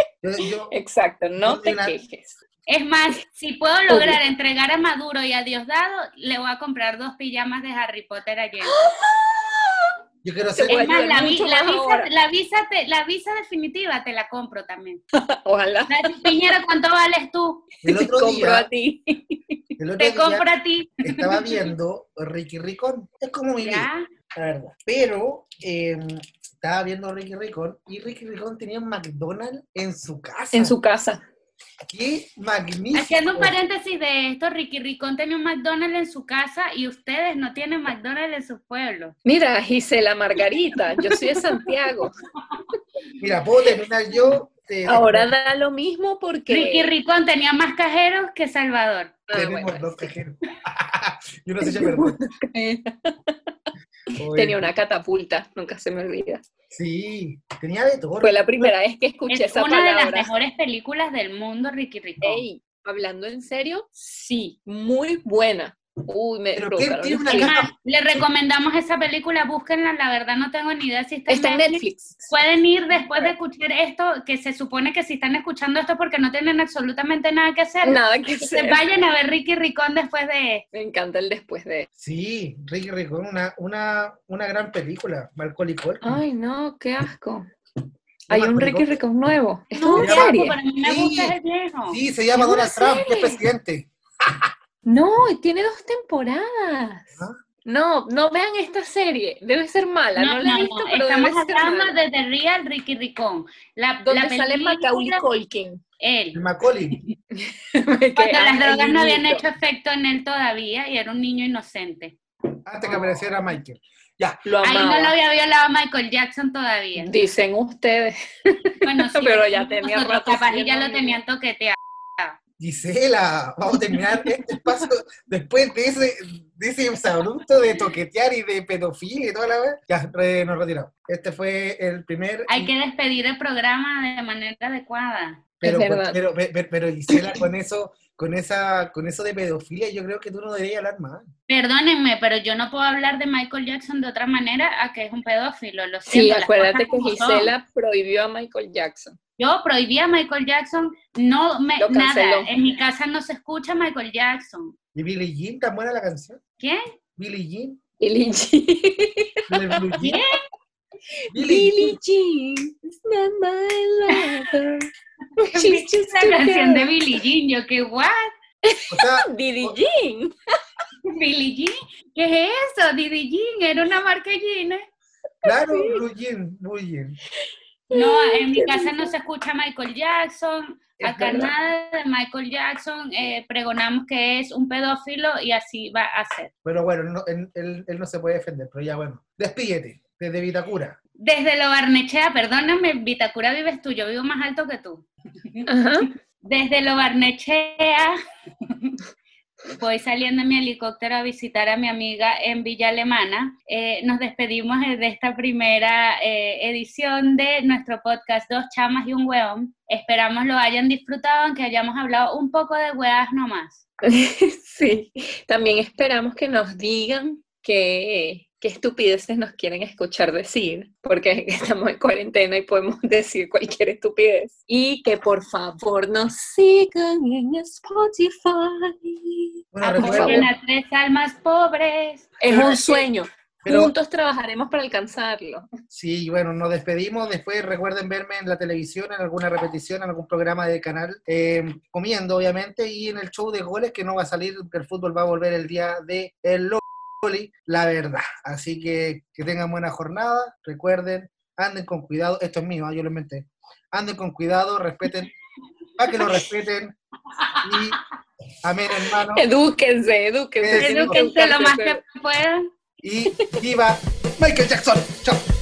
Yo, yo- Exacto, no No, te la- quejes. [laughs] Es más, si puedo lograr entregar a Maduro y a Diosdado, le voy a comprar dos pijamas de Harry Potter [gasps] ayer. yo quiero Te ser, voy Es a más, la, ayudar vi- mucho la más ahora. visa, la, visa te- la visa definitiva te la compro también. Ojalá Nancy Piñera, ¿cuánto vales tú? el te otro compro a día, ti. el otro Te día compro a ti. estaba viendo Ricky Ricón. Es como mi vida. Ya. la verdad. Pero eh, estaba viendo Ricky Ricón y Ricky Ricón tenía un McDonald's en su casa. En su casa. ¡Qué magnífico! Haciendo un paréntesis de esto, Ricky Ricón tenía un McDonald's en su casa y ustedes no tienen McDonald's en sus pueblos. Mira, Gisela Margarita, yo soy de [laughs] Santiago. Mira, puedo terminar yo. eh, Ahora da lo mismo porque... Ricky Ricón tenía más cajeros que Salvador. Ah, Tenemos bueno, dos [laughs] cajeros. y uno [laughs] se echa a perder. Eh. Oye, Tenía una catapulta, nunca se me olvida. Sí, tenía de todo. Fue la primera vez que escuché Es esa una de las palabra. mejores películas del mundo, Ricky Ricón. Ey, hablando en serio, sí, muy buena. Uy, me Pero provocaron tiene los chiles. Le recomendamos esa película, búsquenla, la verdad no tengo ni idea si está, Está en Pueden ir después de escuchar esto, que se supone que si están escuchando esto porque no tienen absolutamente nada que hacer. Nada que se hacer. Vayan a ver Ricky Ricón después de esto. Me encanta el después de. Sí, Ricky Ricón, una, una, una gran película, Macaulay Culkin. Ay, no, qué asco. Ah, Hay un Macaulay Ricky Culkin. Ricón nuevo. ¿Esto No, es chamo, una serie? pues, Para mí me gusta ese viejo. Sí, se llama Es una Donald Trump, que es serie. presidente. No, y tiene dos temporadas. ¿Ah? No, no vean esta serie. Debe ser mala. No, No, la he no, visto, no, pero estamos debe ser hablando mala. de The Real Ricky Ricón. La, Donde la sale Macaulay película- Culkin. [laughs] Él. Macaulay. Cuando las ay, drogas no habían niñito. hecho efecto en él todavía y era un niño inocente. Antes que apareciera Michael. Ya. Lo Ahí amaba. no lo había violado Michael Jackson todavía. Dicen ustedes. [laughs] Bueno, sí, pero ya [laughs] tenía nosotros rato capaz y ya siendo lo amigo. tenían toqueteado. Gisela, vamos a terminar este espacio después de ese, de ese abrupto de toquetear y de pedofilia y toda la vez. Ya, re- nos retiramos. Este fue el primer. Hay que despedir el programa de manera adecuada. Pero, Es verdad. pero, pero, pero, Gisela, con eso, con esa, con eso de pedofilia, yo creo que tú no deberías hablar más. Perdónenme, pero yo no puedo hablar de Michael Jackson de otra manera a que es un pedófilo. Lo Sí, siento, las acuérdate cosas que como son. Gisela prohibió a Michael Jackson. Yo prohibí a Michael Jackson, no me Lo nada. canceló. En mi casa no se escucha Michael Jackson. Y Billie Jean, tan buena la canción. ¿Quién? Billie Jean. [laughs] Billie Jean. la Blue Jean. [laughs] ¿Quién? Billie Jean. Jean is not my [laughs] lover. She's just La a canción de girl. Billie Jean, yo qué what? O sea, Billie Jean. Billie Jean, ¿qué es eso? Billie Jean era una marca de jeans. claro, Blue Jean, Blue Jean. No, en mi casa no se escucha Michael Jackson, Es acá verdad. nada de Michael Jackson, eh, pregonamos que es un pedófilo y así va a ser. Pero bueno, no- él, él- él no se puede defender, pero ya bueno. Despídete, desde Vitacura. Desde lo Barnechea, perdóname, Vitacura vives tú, yo vivo más alto que tú. Ajá. Desde lo Barnechea [laughs] voy saliendo en mi helicóptero a visitar a mi amiga en Villa Alemana. Eh, nos despedimos eh, de esta primera eh, edición de nuestro podcast Dos Chamas y un Hueón. Esperamos lo hayan disfrutado, aunque hayamos hablado un poco de hueás nomás. [laughs] Sí, también esperamos que nos digan qué, qué estupideces nos quieren escuchar decir, porque [laughs] estamos en cuarentena y podemos [laughs] decir cualquier estupidez. Y que por favor nos sigan en Spotify. Bueno, Ah, por recuerden- Porque favor. las tres almas pobres. Es Pero un es que- sueño. pero- Juntos trabajaremos para alcanzarlo. Sí, bueno, nos despedimos. Después recuerden verme en la televisión, en alguna repetición, en algún programa del canal, eh, comiendo, obviamente, y en el show de goles que no va a salir, que el fútbol va a volver el día de el Loli, la verdad. Así que que tengan buena jornada. Recuerden, anden con cuidado. Esto es mío, ah, yo lo inventé. Anden con cuidado, respeten, para que lo respeten. Y amén, hermano. Edúquense, edúquense. tienen que Edúquense lo educarse más ustedes. que puedan. Y viva Michael Jackson. Chao.